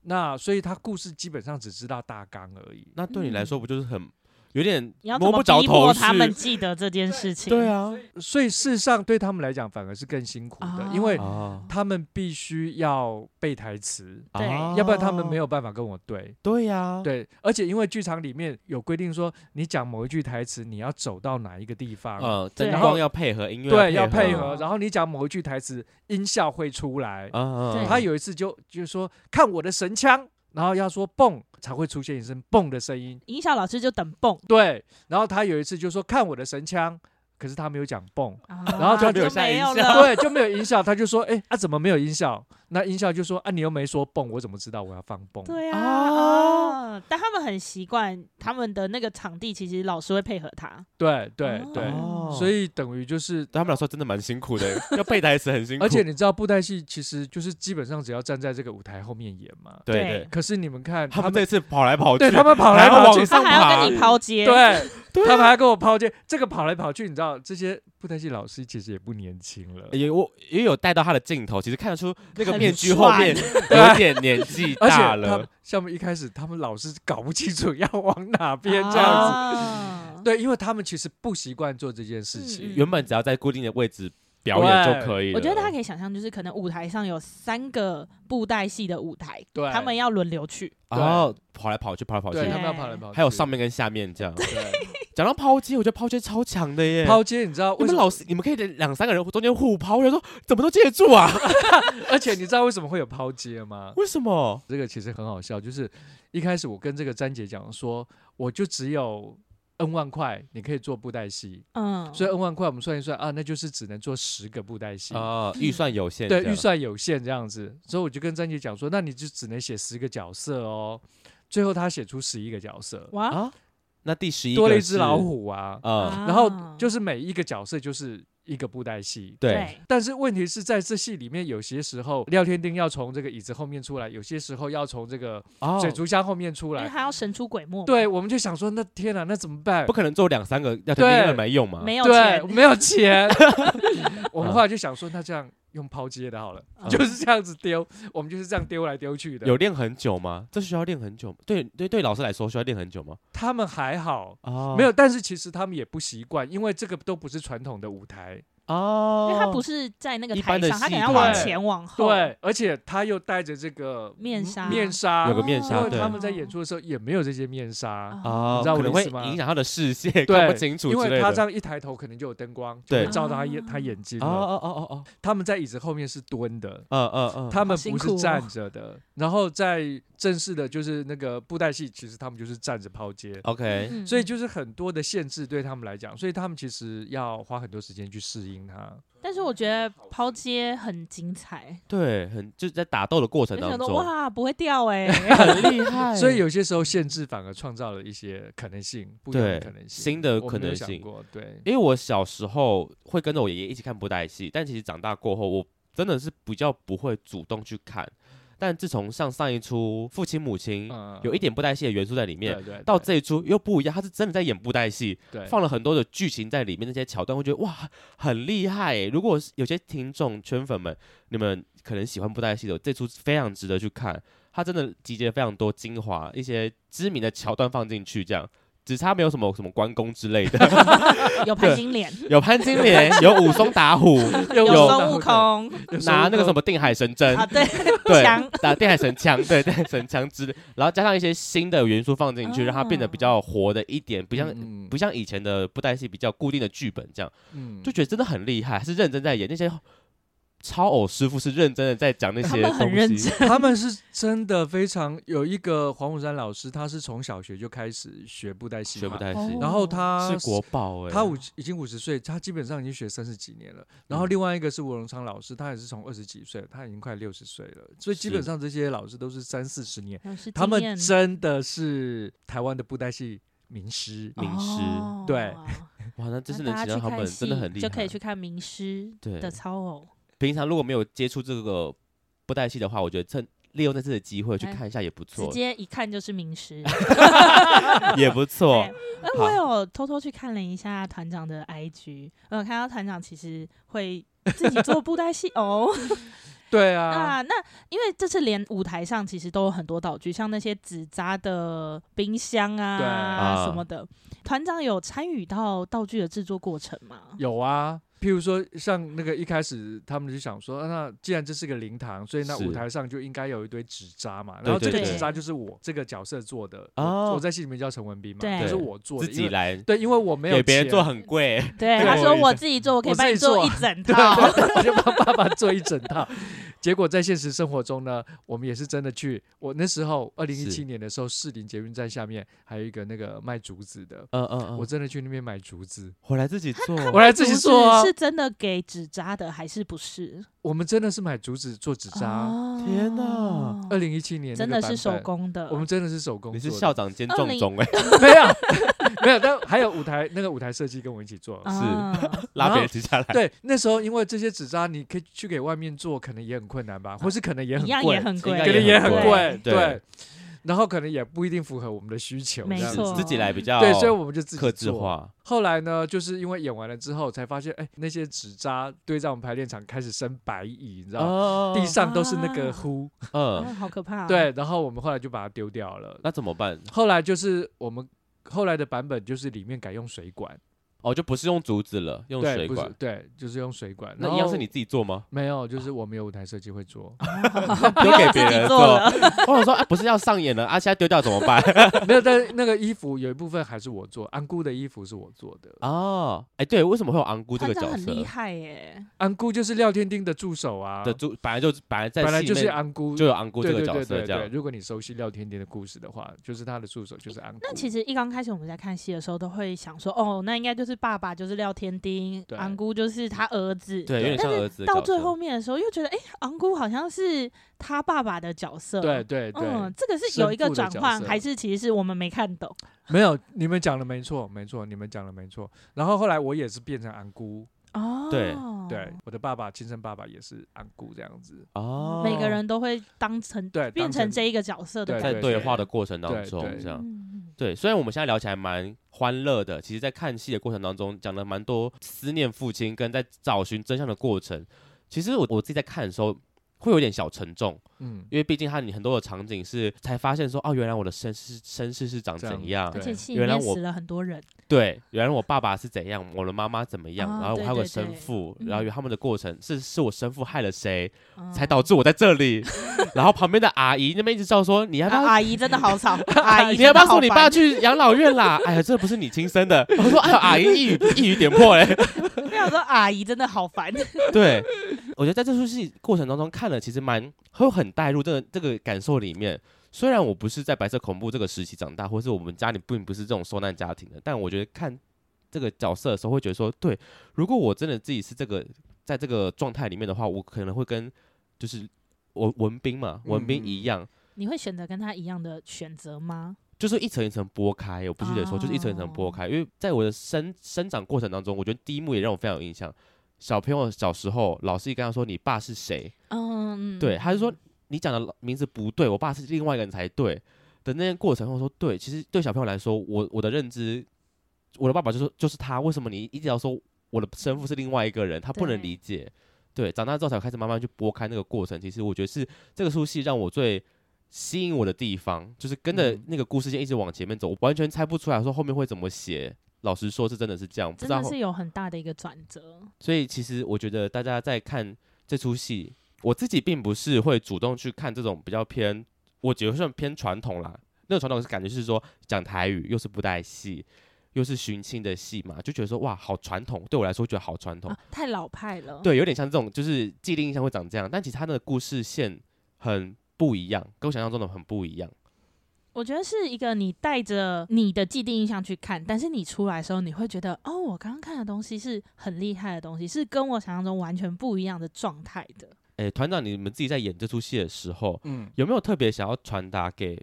Speaker 4: 那所以他故事基本上只知道大纲而已。
Speaker 2: 那对你来说不就是很有点
Speaker 1: 你要怎
Speaker 2: 摸
Speaker 1: 么
Speaker 2: 不着
Speaker 1: 逼迫
Speaker 2: 头绪？
Speaker 1: 他们记得这件事情？
Speaker 2: 对啊，
Speaker 4: 所以事实上对他们来讲反而是更辛苦的，因为
Speaker 1: 哦
Speaker 2: 啊，
Speaker 4: 他们必须要背台词，
Speaker 1: 对
Speaker 2: 啊
Speaker 4: 要不然他们没有办法跟我对。
Speaker 2: 对呀，
Speaker 4: 对，而且因为剧场里面有规定说，你讲某一句台词，你要走到哪一个地方，
Speaker 2: 呃，
Speaker 1: 对
Speaker 2: 灯
Speaker 1: 然
Speaker 2: 光
Speaker 4: 后
Speaker 2: 要配合，音乐
Speaker 4: 对，要
Speaker 2: 要
Speaker 4: 配
Speaker 1: 合
Speaker 4: 合。然后你讲某一句台词，音效会出来。
Speaker 2: 啊啊
Speaker 1: 对
Speaker 2: 啊
Speaker 4: 他有一次就就说看我的神枪，然后要说蹦才会出现一声蹦的声音。
Speaker 1: 音效老师就等蹦，
Speaker 4: 对，然后他有一次就说看我的神枪，可是他没有讲蹦，
Speaker 1: 然
Speaker 4: 后他
Speaker 1: 啊就
Speaker 4: 就
Speaker 2: 下
Speaker 1: 没
Speaker 2: 音
Speaker 1: 有
Speaker 2: 效
Speaker 1: 了。
Speaker 4: 对，就没有音效。他就说，哎、啊怎么没有音效？那音效就说，啊你又没说蹦，我怎么知道我要放蹦？
Speaker 1: 对啊，
Speaker 2: 哦
Speaker 1: 哦但他们很习惯他们的那个场地，其实老师会配合他。
Speaker 4: 对对
Speaker 1: 哦
Speaker 4: 对，
Speaker 2: 哦
Speaker 4: 所以等于就是。
Speaker 2: 对他们来说真的蛮辛苦
Speaker 4: <laughs>
Speaker 2: 的，要背台词很辛苦，
Speaker 4: 而且你知道布袋戏其实就是基本上只要站在这个舞台后面演嘛。
Speaker 2: 对
Speaker 1: 对
Speaker 2: 对，
Speaker 4: 可是你们看
Speaker 2: 他
Speaker 4: 他
Speaker 2: 们
Speaker 4: 们，
Speaker 2: 这次跑来跑去，
Speaker 4: 对他们跑来
Speaker 2: 还要
Speaker 4: 跑去
Speaker 1: 他
Speaker 2: 往上
Speaker 1: 还要
Speaker 2: 爬
Speaker 1: 跟你抛接，
Speaker 4: <laughs> 对，啊
Speaker 2: 对
Speaker 4: 他们还跟我抛接，这个跑来跑去，你知道这些布袋戏老师其实也不年轻了，
Speaker 2: 也我也有带到他的镜头，其实看得出那个
Speaker 1: 很
Speaker 2: 面具后
Speaker 1: 帅
Speaker 2: 面 <laughs> 有点年纪
Speaker 4: 而且
Speaker 2: 大
Speaker 4: 他
Speaker 2: 了
Speaker 4: 们，像我们一开始他们老是搞不清楚要往哪边
Speaker 1: 哦
Speaker 4: 这样子，
Speaker 1: 样。
Speaker 4: 对，因为他们其实不习惯做这件事情，
Speaker 1: 嗯嗯
Speaker 2: 原本只要在固定的位置表演
Speaker 4: 对
Speaker 2: 就可以了。
Speaker 1: 我觉得大家可以想象，就是可能舞台上有三个布袋戏的舞台，
Speaker 4: 对
Speaker 1: 他们要轮流去。
Speaker 2: 然后哦跑来跑去，跑来跑去
Speaker 4: 嗯对，
Speaker 1: 对
Speaker 4: 他们要跑来跑去，
Speaker 2: 还有上面跟下面这样。
Speaker 4: 对
Speaker 2: 讲到抛接，我觉得抛接超强的耶！
Speaker 4: <laughs> 抛接，你知道
Speaker 2: 你
Speaker 4: 为什
Speaker 2: 们
Speaker 4: 么？
Speaker 2: 老师，你们可以两三个人中间互抛，我就说怎么都接得住啊？ <laughs>
Speaker 4: 而且你知道为什么会有抛接吗？
Speaker 2: 为什么？
Speaker 4: 这个其实很好笑，就是一开始我跟这个詹姐讲说，我就只有 N 万块，你可以做布袋戏，
Speaker 1: 嗯，
Speaker 4: 所以 N 万块我们算一算啊，那就是只能做十个布袋戏。
Speaker 2: 啊，预算有限，
Speaker 4: 嗯对，预。算有限这样子，所以我就跟詹姐讲说，那你就只能写十个角色哦。最后她写出十一个角色，
Speaker 1: 哇，
Speaker 2: 啊，那第十一
Speaker 4: 多了一只老虎啊，
Speaker 2: 啊，
Speaker 4: 然后就是每一个角色就是一个布袋戏。
Speaker 2: 对，
Speaker 4: 但是问题是在这戏里面，有些时候廖天丁要从这个椅子后面出来，有些时候要从这个
Speaker 2: 哦
Speaker 4: 水族箱后面出
Speaker 1: 因为
Speaker 4: 来。
Speaker 1: 他要神出鬼没，
Speaker 4: 对，，我们就想说，那天啊哪，那怎么办
Speaker 2: 不？可能做两三个，要
Speaker 4: 对
Speaker 2: 天天没用嘛。
Speaker 1: 没有
Speaker 4: 对，
Speaker 1: 钱，
Speaker 4: 没有钱。我们后来就想说，那这样用抛接的好了，
Speaker 1: 嗯
Speaker 4: 就是这样子丢，我们就是这样丢来丢去的。
Speaker 2: 有练很久吗？这需要练很久吗？对对对，老师来说需要练很久吗？
Speaker 4: 他们还好，
Speaker 2: 啊
Speaker 4: 哦没有，但是其实他们也不习惯，因为这个都不是传统的舞台，
Speaker 2: 哦，
Speaker 1: 因为他不是在那个
Speaker 2: 一
Speaker 1: 台
Speaker 2: 般的
Speaker 1: 上，他可
Speaker 2: 戏
Speaker 1: 能要
Speaker 4: 台
Speaker 1: 往前往
Speaker 2: 哦
Speaker 1: 后。
Speaker 4: 对，而且他又戴着这个
Speaker 1: 面纱
Speaker 4: 面纱
Speaker 2: 有，个面纱
Speaker 4: 啊因
Speaker 1: 哦
Speaker 4: 为
Speaker 2: 对
Speaker 4: 他们在演出的啊时候也没有这些面
Speaker 1: 嗯
Speaker 4: 纱，
Speaker 2: 哦
Speaker 4: 你，知道
Speaker 2: 可
Speaker 4: 我
Speaker 2: 能
Speaker 4: 的
Speaker 2: 会
Speaker 4: 意思吗
Speaker 2: 影响他的视线，
Speaker 4: 对
Speaker 2: 看不清楚
Speaker 4: 因
Speaker 2: 之
Speaker 4: 为
Speaker 2: 类
Speaker 4: 他这
Speaker 2: 的。
Speaker 4: 样一抬头，可能就有灯光就
Speaker 2: 对
Speaker 4: 会照到他眼
Speaker 1: 啊
Speaker 4: 他眼睛
Speaker 2: 哦
Speaker 4: 了。
Speaker 2: 哦哦哦哦，
Speaker 4: 他们在椅子后面是蹲的。
Speaker 2: 嗯嗯嗯，
Speaker 4: 他们
Speaker 1: 好辛
Speaker 4: 不
Speaker 1: 苦
Speaker 4: 是
Speaker 1: 哦
Speaker 4: 站着的，然后在正式的，就是那个布袋戏，其实他们就是站着抛接，
Speaker 2: OK，
Speaker 1: 嗯，
Speaker 4: 所以就是很多的限制对他们来讲，所以他们其实要花很多时间去适应它。
Speaker 1: 但是我觉得抛接很精彩，
Speaker 2: 对，很就是在打斗的过
Speaker 1: 就
Speaker 2: 程当
Speaker 1: 想说
Speaker 2: 中，
Speaker 1: 哇不会掉哎、
Speaker 2: 很厉害
Speaker 4: <laughs> 所以有些时候限制反而创造了一些可能性，不一样的
Speaker 2: 对
Speaker 4: 可能性，
Speaker 2: 新的
Speaker 4: 我
Speaker 2: 可
Speaker 4: 没有
Speaker 2: 能
Speaker 4: 想
Speaker 2: 性
Speaker 4: 过对，
Speaker 2: <laughs> 因为我小时候会跟着我爷爷一起看布袋戏，但其实长大过后，我真的是比较不会主动去看。但自从上上一出《父亲母亲》
Speaker 4: 嗯
Speaker 2: 有一点布袋戏的元素在里面，
Speaker 4: 对对，
Speaker 2: 到
Speaker 4: 对
Speaker 2: 这一出又不一样，他是真的在演布袋戏，
Speaker 4: 对
Speaker 2: 放了很多的剧情在里面，那些桥段，我觉得哇，很厉害耶。如果是有些听众圈粉们，你们可能喜欢布袋戏的，这出非常值得去看。它真的集结了非常多精华，一些知名的桥段放进去，这样只差没有什么什么关公之类
Speaker 4: <laughs>
Speaker 2: 的， <laughs>
Speaker 1: 有潘金莲，
Speaker 2: 有潘金莲，有武松打
Speaker 4: <laughs>
Speaker 2: 虎，
Speaker 4: 有
Speaker 2: <laughs> 有
Speaker 1: 孙悟空
Speaker 4: 有时候
Speaker 2: 拿那个
Speaker 4: 会
Speaker 2: 什么定海神
Speaker 1: <laughs>
Speaker 2: 针
Speaker 1: 啊，，对，
Speaker 2: <laughs> 对
Speaker 1: 枪，
Speaker 2: 打定海神枪，对，定海神枪之类，然后加上一些新的元素放进去，让它变得比较活的一点，不像
Speaker 4: 嗯
Speaker 2: 不像以前的布袋戏比较固定的剧本这样。
Speaker 4: 嗯
Speaker 2: 就觉得真的很厉害，是认真在演那些超偶师傅是认真的在讲那
Speaker 1: 他
Speaker 2: 些
Speaker 1: 们很认真
Speaker 2: 东西，，
Speaker 4: 他们是真的非常有一个黄虎山老师，他是从小学就开始学布袋戏
Speaker 2: 学
Speaker 4: 嘛
Speaker 2: 不太起
Speaker 1: 哦，
Speaker 4: 然后他
Speaker 2: 是国宝哎、
Speaker 4: 他五已经五十岁，他基本上已经学三十几年了。然后
Speaker 2: 嗯
Speaker 4: 另外一个是吴荣昌老师，他也是从二十几岁，他已经快六十岁了。所以基本
Speaker 2: 是
Speaker 4: 上这些老师都是三四十年，
Speaker 1: 老师
Speaker 4: 他
Speaker 1: 经验
Speaker 4: 们真的是台湾的布袋戏名师。
Speaker 2: 名师
Speaker 1: 哦
Speaker 4: 对
Speaker 2: 哇，那真是
Speaker 1: 那
Speaker 2: 能
Speaker 1: 大家
Speaker 2: 请到
Speaker 1: 去
Speaker 2: 他
Speaker 1: 看
Speaker 2: 们真的
Speaker 1: 戏
Speaker 2: 很厉害。
Speaker 1: 就可以去看名师
Speaker 2: 对
Speaker 1: 的操偶。
Speaker 2: 平常如果没有接触这个布袋戏的话，我觉得趁利用这次的机会去
Speaker 1: 哎
Speaker 2: 看一下也不
Speaker 1: 直
Speaker 2: 错，
Speaker 1: 接一看就是名师。
Speaker 2: <laughs> 也不错
Speaker 1: 对。哎，我有偷偷去看了一下团长的 IG，我有看到团长其实会自己做布袋戏 <laughs> 哦。
Speaker 4: 对啊，
Speaker 1: 啊，那因为这次连舞台上其实都有很多道具，像那些纸扎的冰箱
Speaker 4: 对
Speaker 1: 啊
Speaker 2: 啊
Speaker 1: 什么的。团长有参与到道具的制作过程吗？
Speaker 4: 有啊。譬如说，像那个一开始他们就想说，啊那既然这是个灵堂，所以那
Speaker 2: 是
Speaker 4: 舞台上就应该有一堆纸扎嘛。
Speaker 2: 对
Speaker 4: 然后这个
Speaker 1: 对对
Speaker 4: 纸扎就是我这个角色做的，
Speaker 2: 哦
Speaker 4: 我我在戏里面叫陈文斌嘛，
Speaker 1: 对
Speaker 4: 就是我做的，
Speaker 2: 自己
Speaker 4: 因为
Speaker 2: 来，
Speaker 4: 对，因为我没有
Speaker 2: 给别人
Speaker 1: <laughs>
Speaker 4: 钱
Speaker 2: 做很贵，
Speaker 1: 对，
Speaker 4: 对
Speaker 1: 他说
Speaker 2: 我
Speaker 1: 我自己做，我可以
Speaker 4: 我
Speaker 1: 帮你
Speaker 4: 自己做
Speaker 1: 做一整套。
Speaker 4: <laughs> 对，啊我就帮爸爸做一整套。结果在现实生活中呢，我们也是真的去。我那时候二零一
Speaker 2: 是
Speaker 4: 七年的时候，士林捷运站下面还有一个那个卖竹子的，
Speaker 2: <laughs> 嗯嗯嗯，
Speaker 4: 我
Speaker 2: 我
Speaker 4: 真的去那边买竹子，
Speaker 2: 回来自己做，
Speaker 4: 我来自己做啊
Speaker 1: 竹子。是真的给纸扎的还是不是？
Speaker 4: 我们真的是买竹子做纸扎。
Speaker 1: 哦
Speaker 2: 天哪
Speaker 4: 二零一七年
Speaker 1: 真
Speaker 4: 那
Speaker 1: 的
Speaker 4: 个
Speaker 1: 是
Speaker 4: 版
Speaker 1: 手
Speaker 4: 本，
Speaker 1: 工的。
Speaker 4: 我们真的是手工
Speaker 2: 你
Speaker 4: 做的。
Speaker 2: 是校长兼
Speaker 1: 二
Speaker 2: 壮
Speaker 1: 零
Speaker 2: 总哎、
Speaker 4: 没有没有，但还有舞台那个舞台设计跟我一起做。
Speaker 1: 啊
Speaker 2: <laughs> 拉
Speaker 4: 然
Speaker 2: 别
Speaker 4: 后
Speaker 2: 人提下来，
Speaker 4: 对，那时候因为这些纸扎，你可以去给外面做，可能也很困难吧，或是可能也很
Speaker 1: 一样
Speaker 4: 贵
Speaker 1: 也，很
Speaker 2: 应
Speaker 1: 贵，
Speaker 2: 该
Speaker 4: 可能也很
Speaker 2: 很
Speaker 4: 贵，
Speaker 2: 对
Speaker 4: 对。然后可能也不一定符合我们的需求，
Speaker 1: 没
Speaker 4: 这样
Speaker 2: 是
Speaker 4: 子
Speaker 1: 错
Speaker 2: 自己来比较
Speaker 4: 对，所以我们就自己
Speaker 2: 克制
Speaker 4: 做。
Speaker 2: 化，
Speaker 4: 后来呢，就是因为演完了之后，才发现，哎，那些纸扎堆在我们排练场开始生白蚁，你知道吗，
Speaker 2: 哦
Speaker 4: 地上都是那个
Speaker 1: 啊
Speaker 4: 灰。
Speaker 1: 哦
Speaker 2: 嗯，
Speaker 1: 好可怕。啊
Speaker 4: 对，，然后我们后来就把它丢掉了。
Speaker 2: 那怎么办？
Speaker 4: 后来就是我们后来的版本，就是里面改用水管，
Speaker 2: 哦，就不是用竹子了，用
Speaker 4: 对，
Speaker 2: 水
Speaker 4: 不是
Speaker 2: 管。
Speaker 4: 对，就是用水管。
Speaker 2: 那
Speaker 4: 然
Speaker 2: 一样
Speaker 4: 后
Speaker 2: 是你自啊己
Speaker 1: <laughs>
Speaker 2: 做吗？
Speaker 4: 没有，就是我们有舞台设计会做， <laughs>
Speaker 2: 丢给别人
Speaker 1: 做了。
Speaker 2: <laughs> 我想说，啊，不是要上演了啊，现在丢掉怎么办？ <laughs>
Speaker 4: 没有，但是那个衣服有一部分还是我做，安姑的衣服是我做的。
Speaker 2: 哦，哎，对，为什么会有昂姑这
Speaker 1: 团
Speaker 2: 个
Speaker 1: 长
Speaker 2: 角
Speaker 1: 很厉
Speaker 2: 色？
Speaker 1: 害耶，
Speaker 4: 安姑就是廖天丁的助手啊，
Speaker 2: 的主本来就本来在
Speaker 4: 本来
Speaker 2: 戏
Speaker 4: 就
Speaker 2: 里
Speaker 4: 是
Speaker 2: 面
Speaker 4: 安姑，
Speaker 2: 就有昂姑
Speaker 4: 对
Speaker 2: 这个
Speaker 4: 对
Speaker 2: 角
Speaker 4: 对
Speaker 2: 色，
Speaker 4: 对
Speaker 2: 这
Speaker 4: 对。
Speaker 2: 样
Speaker 4: 如果你熟悉廖天丁的故事的话，就是他的助手就是安
Speaker 2: 嗯
Speaker 4: 姑。
Speaker 1: 那其实一刚开始我们在看戏的时候，都会想说，哦，那应该就是爸爸就是廖天丁，
Speaker 4: 对
Speaker 1: 昂姑就是他儿子。
Speaker 2: 对，有点像儿子的角
Speaker 1: 到
Speaker 2: 色。
Speaker 1: 最后面的时候，又觉得，哎、昂姑好像是他爸爸的角色。
Speaker 4: 对，对对，
Speaker 1: 嗯，这个是有一个转
Speaker 4: 生父的
Speaker 1: 换，
Speaker 4: 角色
Speaker 1: 还是其实是我们没看懂？
Speaker 4: <laughs> 没有，你们讲的没错，没错，你们讲的没错。然后后来我也是变成安姑，
Speaker 1: 哦，
Speaker 2: 对
Speaker 4: 对，我的爸爸亲生爸爸也是安姑这样子。
Speaker 2: 哦，
Speaker 1: 每个人都会当成
Speaker 4: 对，
Speaker 1: 变
Speaker 4: 当
Speaker 1: 成这一个角色的
Speaker 4: 对
Speaker 1: 感觉。
Speaker 2: 在对话的过程当
Speaker 4: 对
Speaker 2: 中，
Speaker 4: 对
Speaker 2: 这样。
Speaker 1: 嗯嗯
Speaker 2: 对，虽然我们现在聊起来蛮欢乐的，其实，在看戏的过程当中，讲了蛮多思念父亲跟在找寻真相的过程。其实我我自己在看的时候，会有点小沉重，
Speaker 4: 嗯，
Speaker 2: 因为毕竟它你很多的场景是才发现说，哦，原来我的身世身世是长
Speaker 4: 这
Speaker 2: 怎样
Speaker 4: 样
Speaker 1: 而
Speaker 4: 对，
Speaker 1: 且戏里
Speaker 2: 原来
Speaker 1: 面
Speaker 2: 我
Speaker 1: 死了很多人，
Speaker 2: 对，原来我爸爸是怎样，我的妈妈怎么样，
Speaker 1: 哦
Speaker 2: 然后我
Speaker 1: 对
Speaker 2: 还有个
Speaker 1: 对
Speaker 2: 生
Speaker 1: 啊对
Speaker 2: 父，
Speaker 1: 嗯
Speaker 2: 然后有他们的过程是是我生父害了谁，
Speaker 1: 嗯
Speaker 2: 才导致我在这
Speaker 1: <laughs>
Speaker 2: 里，然后旁边的阿姨那边一直叫说，你要不
Speaker 1: 啊
Speaker 2: 要 <laughs>
Speaker 1: 阿姨真的好吵，阿姨
Speaker 2: 你要不要
Speaker 1: 真的好
Speaker 2: 送你
Speaker 1: 烦
Speaker 2: 爸去养老院啦？哎呀，这不是你亲生的。我说，哎呦，阿姨一语一语点破哎、
Speaker 1: <laughs> 我想说，阿姨真的好烦。
Speaker 2: 对，我觉得在这出戏过程当中看了，其实蛮会很带入这个这个感受里面。虽然我不是在白色恐怖这个时期长大，或是我们家里并不是这种受难家庭的，但我觉得看这个角色的时候，会觉得说，对，如果我真的自己是这个在这个状态里面的话，我可能会跟就是文文兵嘛，文兵一样，
Speaker 1: 你会选择跟他一样的选择吗？
Speaker 2: 就是一层一层剥开，我必须得说，就是一层一层剥开，因为在我的生生长过程当中，我觉得第一幕也让我非常有印象。小朋友小时候，老师一跟他说你爸是谁，
Speaker 1: 嗯，
Speaker 2: 对，他就说你讲的名字不对，我爸是另外一个人才对的那些过程，我说对，其实对小朋友来说，我我的认知，我的爸爸就说就是他，为什么你一直要说我的生父是另外一个人，他不能
Speaker 1: 对
Speaker 2: 理解。对，长大之后才开始慢慢去拨开那个过程。其实我觉得是这个出戏让我最吸引我的地方，就是跟着
Speaker 4: 嗯
Speaker 2: 那个故事线一直往前面走，我完全猜不出来说后面会怎么写。老实说，是真的是这样，不知
Speaker 1: 真
Speaker 2: 道
Speaker 1: 的
Speaker 2: 后
Speaker 1: 是有很大的一个转折。
Speaker 2: 所以其实我觉得大家在看这出戏，我自己并不是会主动去看这种比较偏，我觉得算偏传统啦。那个传统是感觉是说讲台语，又是布袋戏，又是寻亲的戏嘛，就觉得说哇，好传统。对我来说，觉得好传统。
Speaker 1: 啊，太老派了。，
Speaker 2: 对，有点像这种，就是既定印象会长这样，但其实它的故事线很不一样，跟我想象中的很不一样。
Speaker 1: 我觉得是一个你带着你的既定印象去看，但是你出来的时候，你会觉得，哦，我刚刚看的东西是很厉害的东西，是跟我想象中完全不一样的状态的。
Speaker 2: 诶，团长，你们自己在演这出戏的时候，
Speaker 4: 嗯，
Speaker 2: 有没有特别想要传达给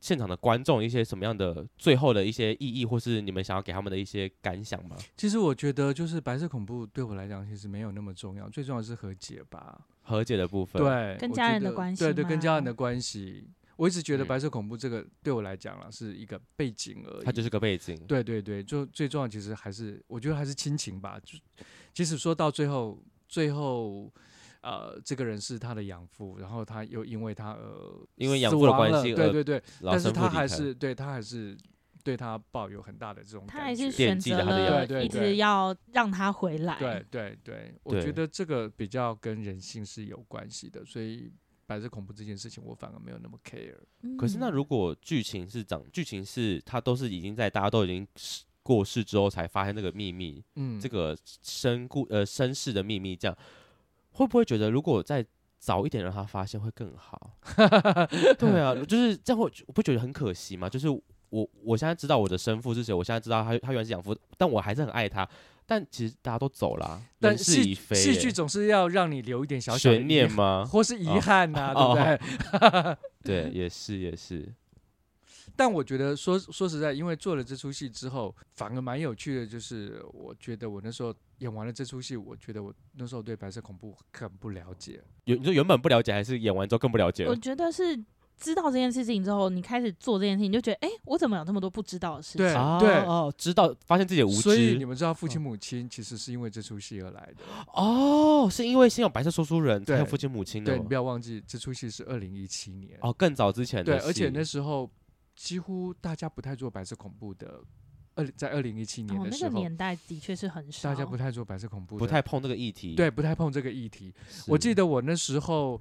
Speaker 2: 现场的观众一些什么样的最后的一些意义，或是你们想要给他们的一些感想吗？
Speaker 4: 其实我觉得就是白色恐怖对我来讲其实没有那么重要，最重要的是和解吧。
Speaker 2: 和解的部分，，
Speaker 4: 对，
Speaker 1: 跟
Speaker 4: 我
Speaker 1: 家
Speaker 4: 觉
Speaker 1: 人的
Speaker 4: 得
Speaker 1: 关
Speaker 4: 对
Speaker 1: 系
Speaker 4: 对，跟家人
Speaker 1: 吗
Speaker 4: 的关系，我一直觉得
Speaker 2: 嗯
Speaker 4: 白色恐怖这个对我来讲啦啊是一个背景而已，
Speaker 2: 它就是个背景。，
Speaker 4: 对对对，就最重要其实还是我觉得还是亲情吧。就即使说到最后，最后呃，这个人是他的养父，然后他又因为他呃
Speaker 2: 因为养
Speaker 4: 死
Speaker 2: 父的
Speaker 4: 亡
Speaker 2: 关
Speaker 4: 了
Speaker 2: 系而
Speaker 4: 对对对，
Speaker 2: 老
Speaker 4: 但是
Speaker 2: 生
Speaker 4: 他
Speaker 2: 父离
Speaker 4: 还
Speaker 2: 开
Speaker 4: 是对他还是对他抱有很大的这种
Speaker 1: 他
Speaker 4: 感
Speaker 1: 还是
Speaker 4: 觉
Speaker 1: 选
Speaker 2: 惦记
Speaker 1: 择
Speaker 2: 着他的
Speaker 1: 了
Speaker 4: 样子
Speaker 1: 一
Speaker 4: 对对
Speaker 1: 直
Speaker 4: 对
Speaker 1: 要让他回来。
Speaker 4: 对，对对，我
Speaker 2: 对
Speaker 4: 觉得这个比较跟人性是有关系的，所以白色恐怖这件事情我反而没有那么 care。
Speaker 1: 嗯
Speaker 2: 可是那如果剧情是长，剧情是他都是已经在大家都已经逝过世之后才发现这个秘密，
Speaker 4: 嗯，
Speaker 2: 这个身故呃身世的秘密，这样会不会觉得如果再早一点让他发现会更好？ <laughs> 对啊，就是这样会，我不觉得很可惜吗？就是我我现在知道我的生父是谁，我现在知道他他原来是养父，但我还是很爱他。但其实大家都走了啊、
Speaker 4: 但
Speaker 2: 人事
Speaker 4: 戏
Speaker 2: 已非、
Speaker 4: 戏剧总是要让你留一点小小的
Speaker 2: 悬
Speaker 4: 遗
Speaker 2: 念
Speaker 4: 憾 <laughs>
Speaker 2: 吗？
Speaker 4: 或是遗
Speaker 2: 哦
Speaker 4: 憾呐、
Speaker 2: 哦
Speaker 4: 对不对？
Speaker 2: 对，也是也是，
Speaker 4: 但我觉得说说实在，因为做了这出戏之后，反而蛮有趣的。就是我觉得我那时候演完了这出戏，我觉得我那时候对白色恐怖很不了解。
Speaker 2: 原你说原本不了解，还是演完之后更不了解了
Speaker 1: 我？觉得是知道这件事情之后，你开始做这件事情，你就觉得，哎、我怎么有这么多不知道的事
Speaker 4: 对
Speaker 1: 情？
Speaker 2: 啊
Speaker 4: 对
Speaker 2: 哦，知道发现自己的无
Speaker 4: 所以你
Speaker 2: 知嗯
Speaker 4: 们知道，父亲母亲其实是因为这出戏而来的。
Speaker 2: 哦，是因为先有白色说书人，才有
Speaker 4: 对
Speaker 2: 父亲母亲的哦
Speaker 4: 对，你
Speaker 2: 吗
Speaker 4: 不要忘记，这出戏是二零一七年。
Speaker 2: 哦，更早之前
Speaker 4: 对
Speaker 2: 的，
Speaker 4: 而且
Speaker 2: 戏
Speaker 4: 那时候几乎大家不太做白色恐怖的。二在二零一七年
Speaker 1: 哦，
Speaker 4: 的
Speaker 1: 那
Speaker 4: 时
Speaker 1: 个
Speaker 4: 候，
Speaker 1: 年代哦的确是很少，
Speaker 4: 大家不太做白色恐怖的，
Speaker 2: 不太碰这个议题。
Speaker 4: 对不太碰这个议题。
Speaker 2: 是，
Speaker 4: 我记得我那时候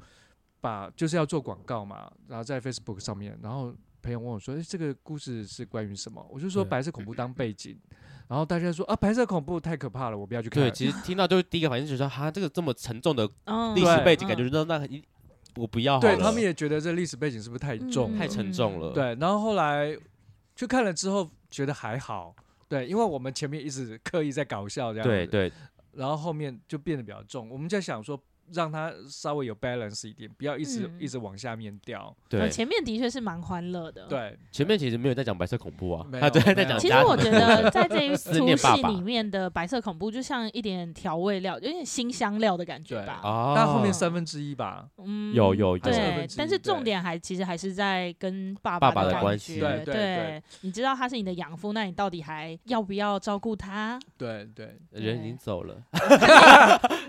Speaker 4: 把就是要做广告嘛，然后在 Facebook 上面，然后朋友问我说：“诶，这个故事是关于什么？”我就说
Speaker 2: 对
Speaker 4: 白色恐怖当背景，然后大家说啊，白色恐怖太可怕了，我不要去看。
Speaker 2: 对，其实听到就是第一个反应就是说，哈，这个这么沉重的
Speaker 1: 嗯
Speaker 2: 历史背
Speaker 1: 嗯
Speaker 2: 景，感觉那那一我不要好
Speaker 4: 对
Speaker 2: 了
Speaker 4: 他们也觉得这历史背景是不是太
Speaker 1: 嗯
Speaker 4: 重了？
Speaker 2: 太沉重了。，
Speaker 4: 对，然后后来去看了之后觉得还好。对，因为我们前面一直刻意在搞笑这样子，
Speaker 2: 对对，
Speaker 4: 然后后面就变得比较重。我们在想说，让它稍微有 balance 一点，不要一直、
Speaker 1: 嗯
Speaker 4: 一直往下面掉。
Speaker 1: 呃
Speaker 2: 对，
Speaker 1: 前面的确是蛮欢乐的。，
Speaker 4: 对，
Speaker 2: 嗯前面其实没有在讲白色恐怖啊，
Speaker 4: 没
Speaker 2: 他 <laughs>
Speaker 4: 有
Speaker 2: 对
Speaker 4: 没有
Speaker 2: 在讲
Speaker 1: 其实
Speaker 2: 家庭
Speaker 1: 我觉得在
Speaker 2: <laughs>
Speaker 1: 这一
Speaker 2: 思
Speaker 1: 出
Speaker 2: 念爸
Speaker 1: 戏
Speaker 2: 爸
Speaker 1: 里面的白色恐怖，就像一点调味料，有点新香料的感觉
Speaker 4: 对
Speaker 1: 吧。
Speaker 2: 啊，
Speaker 4: <laughs> 但后面三分之一吧，
Speaker 1: 嗯，
Speaker 2: 有有有
Speaker 4: 还是二分
Speaker 1: 对
Speaker 4: 之，一
Speaker 1: 但是重
Speaker 4: 对
Speaker 1: 点还其实还是在跟爸
Speaker 2: 爸爸
Speaker 1: 的
Speaker 2: 的
Speaker 1: 感
Speaker 2: 关
Speaker 1: 觉
Speaker 2: 系
Speaker 4: 对对
Speaker 1: 对
Speaker 4: 对，
Speaker 1: 你知道他是你的养父，那你到底还要不要照顾他？
Speaker 4: 对对
Speaker 2: 人已经走了，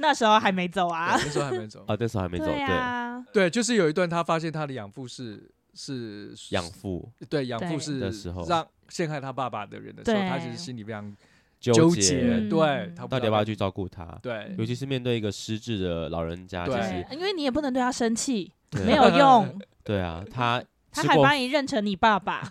Speaker 1: 那时候还没走啊，
Speaker 4: 那时候还没走。
Speaker 2: <laughs> 啊，那时候还没走，
Speaker 1: 对
Speaker 2: 对，
Speaker 1: 啊，
Speaker 4: 对，就是有一段他发现他的养父是是
Speaker 2: 养父
Speaker 4: 对养
Speaker 1: 对
Speaker 4: 父是
Speaker 2: 的时候
Speaker 4: 让陷害他爸爸的人的时候，他其
Speaker 1: 对
Speaker 4: 实心里非常
Speaker 2: 纠
Speaker 4: 结，
Speaker 1: 嗯
Speaker 4: 对他
Speaker 2: 到底要不要去照顾他？
Speaker 4: 对
Speaker 2: 尤其是面对一个失智的老人家，其
Speaker 4: 对
Speaker 2: 实
Speaker 1: 对，因为你也不能对他生气，
Speaker 2: 对
Speaker 1: 没有
Speaker 2: <laughs>
Speaker 1: 用，
Speaker 2: 对啊，他
Speaker 1: 他
Speaker 2: 吃
Speaker 1: 还
Speaker 2: 过
Speaker 1: 把你认成你爸
Speaker 2: <laughs>
Speaker 1: 爸，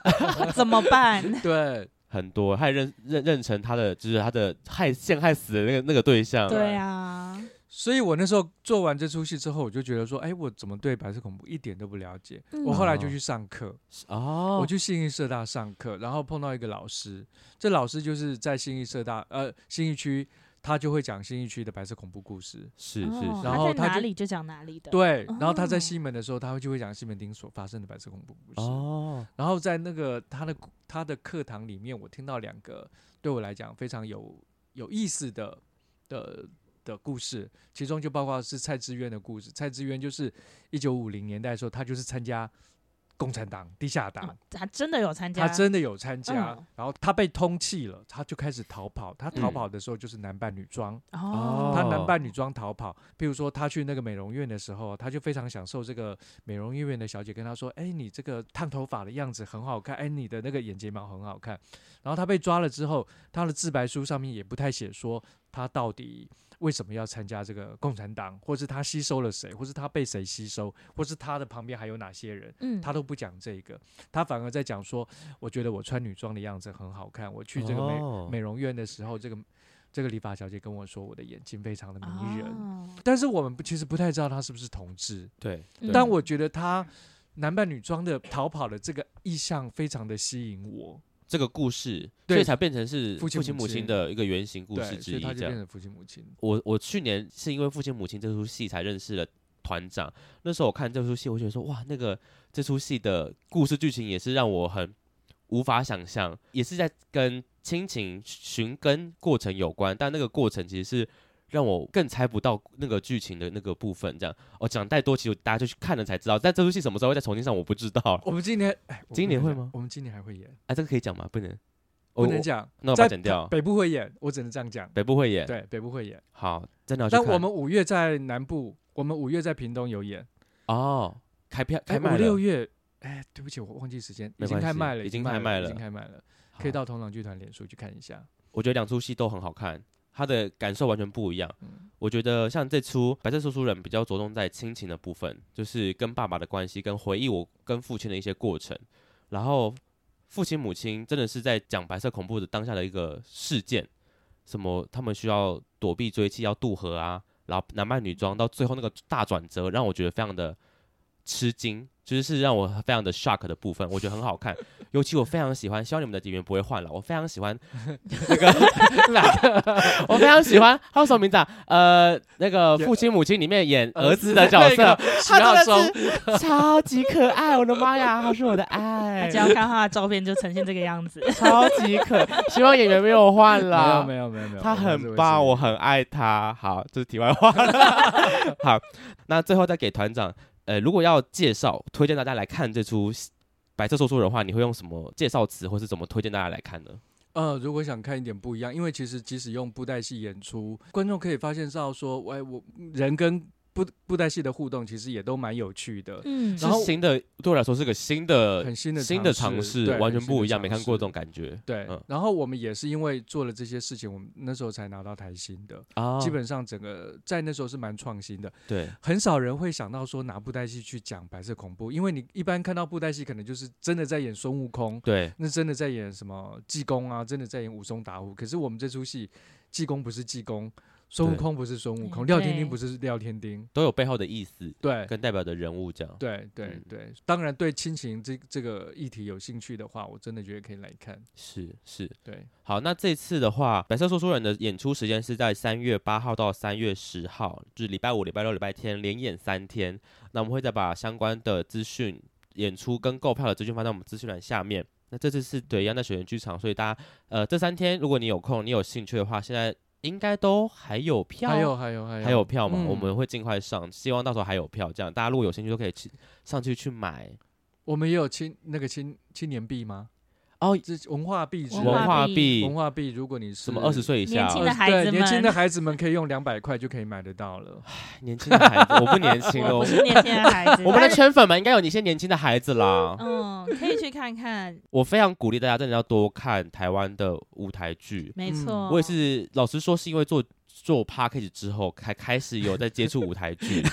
Speaker 1: 怎么办？
Speaker 4: 对
Speaker 2: 很多，害认认认成他的就是他的害陷害死的那个那个对象，
Speaker 1: 对啊，
Speaker 4: 所以我那时候做完这出戏之后，我就觉得说，哎，我怎么对白色恐怖一点都不了解？
Speaker 1: 嗯
Speaker 4: 我后来就去上课，
Speaker 2: 哦，
Speaker 4: 我去信义社大上课，然后碰到一个老师，这老师就是在信义社大呃信义区，他就会讲信义区的白色恐怖故事。
Speaker 2: 是是
Speaker 1: 哦
Speaker 2: 是
Speaker 4: 然后
Speaker 1: 他在
Speaker 4: 他就
Speaker 1: 哪里就讲哪里的，
Speaker 4: 对，然后他
Speaker 1: 哦
Speaker 4: 在西门的时候，他会就会讲西门町所发生的白色恐怖故事。
Speaker 2: 哦，
Speaker 4: 然后在那个他的他的课堂里面，我听到两个对我来讲非常有有意思的的的故事，其中就包括是蔡志渊的故事。蔡志渊就是一九五零年代的时候，他就是参加共产党地下党。
Speaker 1: 嗯，他真的有参加，
Speaker 4: 他真的有参加，
Speaker 1: 嗯
Speaker 4: 然后他被通缉了，他就开始逃跑。他逃
Speaker 2: 嗯
Speaker 4: 跑的时候就是男扮女装，
Speaker 1: 哦，
Speaker 4: 他男
Speaker 2: 能
Speaker 4: 扮女装逃跑。譬如说，他去那个美容院的时候，他就非常享受这个美容院的小姐跟他说：“哎，你这个烫头发的样子很好看，哎，你的那个眼睫毛很好看。”然后他被抓了之后，他的自白书上面也不太写说他到底为什么要参加这个共产党，或是他吸收了谁，或是他被谁吸收，或是他的旁边还有哪些人。
Speaker 1: 嗯，
Speaker 4: 他都不讲这个，他反而在讲说，我觉得我穿女装的样子很好看。我去这个美、
Speaker 2: 哦
Speaker 4: 美容院的时候，这个这个理发小姐跟我说，我的眼睛非常的迷人。
Speaker 1: 哦
Speaker 4: 但是我们不其实不太知道他是不是同志，
Speaker 2: 对，
Speaker 1: 嗯
Speaker 4: 但我觉得他男扮女装的逃跑的这个意向非常的吸引我，
Speaker 2: 这个故事，
Speaker 4: 对
Speaker 2: 所以才变成是父
Speaker 4: 父亲
Speaker 2: 亲
Speaker 4: 母
Speaker 2: 母亲
Speaker 4: 亲
Speaker 2: 的一个原型故事
Speaker 4: 对，
Speaker 2: 之
Speaker 4: 所以
Speaker 2: 一
Speaker 4: 他就
Speaker 2: 这
Speaker 4: 变
Speaker 2: 样。
Speaker 4: 成父亲母亲。
Speaker 2: 我我去年是因为《父亲母亲》这出戏才认识了团长。那时候我看这出戏，我觉得说哇，那个这出戏的故事剧情也是让我很无法想象，也是在跟亲情寻根过程有关，但那个过程其实是让我更猜不到那个剧情的那个部分。这样哦，讲太多，其实大家就去看了才知道。但这出戏什么时候会再重新上，我不知道。
Speaker 4: 我们今年，哎，我
Speaker 2: 今
Speaker 4: 不
Speaker 2: 年
Speaker 4: 能
Speaker 2: 会
Speaker 4: 讲
Speaker 2: 吗
Speaker 4: 我们今年还会演，
Speaker 2: 哎、这个可以讲吗？不能，哦
Speaker 4: 不
Speaker 2: 我
Speaker 4: 能
Speaker 2: 我
Speaker 4: 讲，
Speaker 2: 那我把它
Speaker 4: 在
Speaker 2: 剪掉。
Speaker 4: 北部会演，我只能这样讲。
Speaker 2: 北部会演，
Speaker 4: 对，北部会演，
Speaker 2: 好，真的要去
Speaker 4: 但
Speaker 2: 看
Speaker 4: 我们五月在南部，我们五月在屏东有演。
Speaker 2: 哦，开票开
Speaker 4: 哎
Speaker 2: 卖
Speaker 4: 五六
Speaker 2: 了，
Speaker 4: 月，哎，对不起，我忘记时间，
Speaker 2: 没
Speaker 4: 已经
Speaker 2: 关
Speaker 4: 开
Speaker 2: 系
Speaker 4: 卖了，
Speaker 2: 已经
Speaker 4: 卖
Speaker 2: 开卖
Speaker 4: 了，已
Speaker 2: 了
Speaker 4: 经开卖了，可
Speaker 2: 好
Speaker 4: 以到同狼剧团脸书去看一下。
Speaker 2: 我觉得两出戏都很好看，他的感受完全不一样。
Speaker 4: 嗯
Speaker 2: 我觉得像这出《白色说书人》比较着重在亲情的部分，就是跟爸爸的关系，跟回忆我跟父亲的一些过程。然后父亲母亲真的是在讲白色恐怖的当下的一个事件，什么他们需要躲避追击，要渡河啊，然后男扮女装，到最后那个大转折，让我觉得非常的吃惊，就是是让我非常的 shock 的部分，我觉得很好看，尤其我非常喜欢，希望你们的演员不会换了，我非常喜欢那个哪个，我非常喜欢，他叫什么名字啊？呃，那个父亲母亲里面演儿子的角
Speaker 4: 那
Speaker 2: 色
Speaker 4: 个， <laughs> 徐浩松，
Speaker 2: <laughs> 超级可爱，我的妈
Speaker 4: <laughs>
Speaker 2: 呀，他是我的爱
Speaker 1: 他
Speaker 2: <laughs>
Speaker 1: 只要看他的照片就呈现这个样子，
Speaker 2: 超级可，希望演员没有换
Speaker 4: 没有
Speaker 2: 啦。
Speaker 4: 没有没有没有，
Speaker 2: 他
Speaker 4: 我们是
Speaker 2: 很
Speaker 4: 会
Speaker 2: 棒，
Speaker 4: 是
Speaker 2: 我很爱他。好，这是题外 <laughs> 话了。好，那最后再给团长，呃，如果要介绍推荐大家来看这出《白色说书人》的话，你会用什么介绍词，或是怎么推荐大家来看呢？
Speaker 4: 呃，如果想看一点不一样，因为其实即使用布袋戏演出，观众可以发现到说，哎，我人跟布布袋戏的互动其实也都蛮有趣的，
Speaker 1: 嗯，
Speaker 4: 然后
Speaker 2: 是新的，对我来说是个新的、
Speaker 4: 很新的
Speaker 2: 呃新的
Speaker 4: 尝
Speaker 2: 尝试，
Speaker 4: 对
Speaker 2: 完全
Speaker 4: 很新
Speaker 2: 不
Speaker 4: 的
Speaker 2: 一样，没
Speaker 4: 尝
Speaker 2: 看过
Speaker 4: 试
Speaker 2: 这种感觉
Speaker 4: 对
Speaker 2: 嗯，
Speaker 4: 然后我们也是因为做了这些事情，我们那时候才拿到台新的，
Speaker 2: 啊
Speaker 4: 基本上整个在那时候是蛮创新的。
Speaker 2: 对，
Speaker 4: 很少人会想到说拿布袋戏去讲白色恐怖，因为你一般看到布袋戏，可能就是真的在演孙悟空，
Speaker 2: 对，
Speaker 4: 那真的在演什么济公啊，真的在演武松打虎。可是我们这出戏，济公不是济公，孙悟
Speaker 2: 对
Speaker 4: 空不是孙悟
Speaker 1: 嗯
Speaker 4: 空，廖天
Speaker 1: 对
Speaker 4: 丁不是廖天丁，
Speaker 2: 都有背后的意思
Speaker 4: 对。
Speaker 2: 跟代表的人物这样。
Speaker 4: 对对
Speaker 2: 嗯
Speaker 4: 对，当然对亲情这这个议题有兴趣的话，我真的觉得可以来看。
Speaker 2: 是是，
Speaker 4: 对，
Speaker 2: 好，那这次的话，白色说书人的演出时间是在三月八号到三月十号，就是礼拜五、礼拜六、礼拜天连演三天。那我们会再把相关的资讯、演出跟购票的资讯放在我们资讯栏下面。那这次是对一样在水源剧场，所以大家呃这三天如果你有空、你有兴趣的话，现在应该都还有票，
Speaker 4: 还有还有还有
Speaker 2: 还有票嘛，
Speaker 4: 嗯
Speaker 2: 我们会尽快上，希望到时候还有票，这样大家如果有兴趣都可以去上去去买。
Speaker 4: 我们也有青那个青青年币吗？
Speaker 2: 哦，
Speaker 4: 这文化币之类的
Speaker 2: 文化币
Speaker 4: 文化币，如果你是
Speaker 2: 什么二十岁以下
Speaker 1: 年轻
Speaker 2: 哦，
Speaker 1: 的
Speaker 4: 呃
Speaker 1: 孩
Speaker 4: 对
Speaker 1: 子
Speaker 4: 年轻的
Speaker 1: 们
Speaker 4: 孩子们可以用两百块就可以买得到了。
Speaker 2: 年轻的孩子，我不年
Speaker 1: <laughs>
Speaker 2: 轻了，
Speaker 1: 我
Speaker 2: 我
Speaker 1: 不是年轻的孩子，
Speaker 2: 我们的
Speaker 1: 但是
Speaker 2: 圈粉们应该有你一些年轻的孩子啦。
Speaker 1: 嗯，可以去看看，
Speaker 2: 我非常鼓励大家真的要多看台湾的舞台剧。
Speaker 1: 没
Speaker 4: 嗯
Speaker 1: 错，
Speaker 2: 我也是，老实说，是因为做做 p a c k a g e 之后，才开始有在接触舞台剧，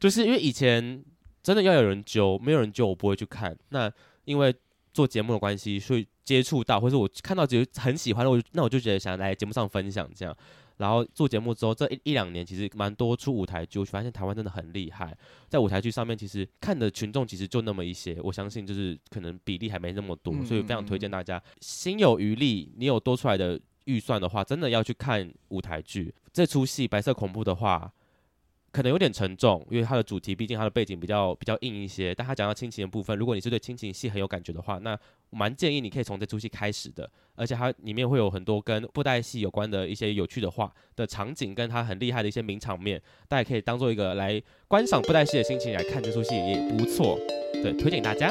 Speaker 2: 就是因为以前真的要有人揪，没有人揪我不会去看。那因为做节目的关系，所以接触到，或者我看到觉得很喜欢的，我就那我就觉得想来节目上分享这样。然后做节目之后，这一一两年其实蛮多出舞台剧，我发现台湾真的很厉害，在舞台剧上面其实看的群众其实就那么一些，我相信就是可能比例还没那么多，
Speaker 4: 嗯
Speaker 2: 所以非常推荐大家心有余力，你有多出来的预算的话，真的要去看舞台剧。这出戏《白色恐怖》的话，可能有点沉重，因为它的主题毕竟它的背景比较比较硬一些。但它讲到亲情的部分，如果你是对亲情戏很有感觉的话，那我蛮建议你可以从这出戏开始的。而且它里面会有很多跟布袋戏有关的一些有趣的话的场景，跟它很厉害的一些名场面，大家可以当做一个来观赏布袋戏的心情来看这出戏也不错。对，推荐给大家。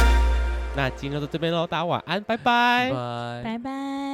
Speaker 2: 那今天就到这边喽，大家晚安，拜拜。
Speaker 4: 拜
Speaker 1: 拜拜。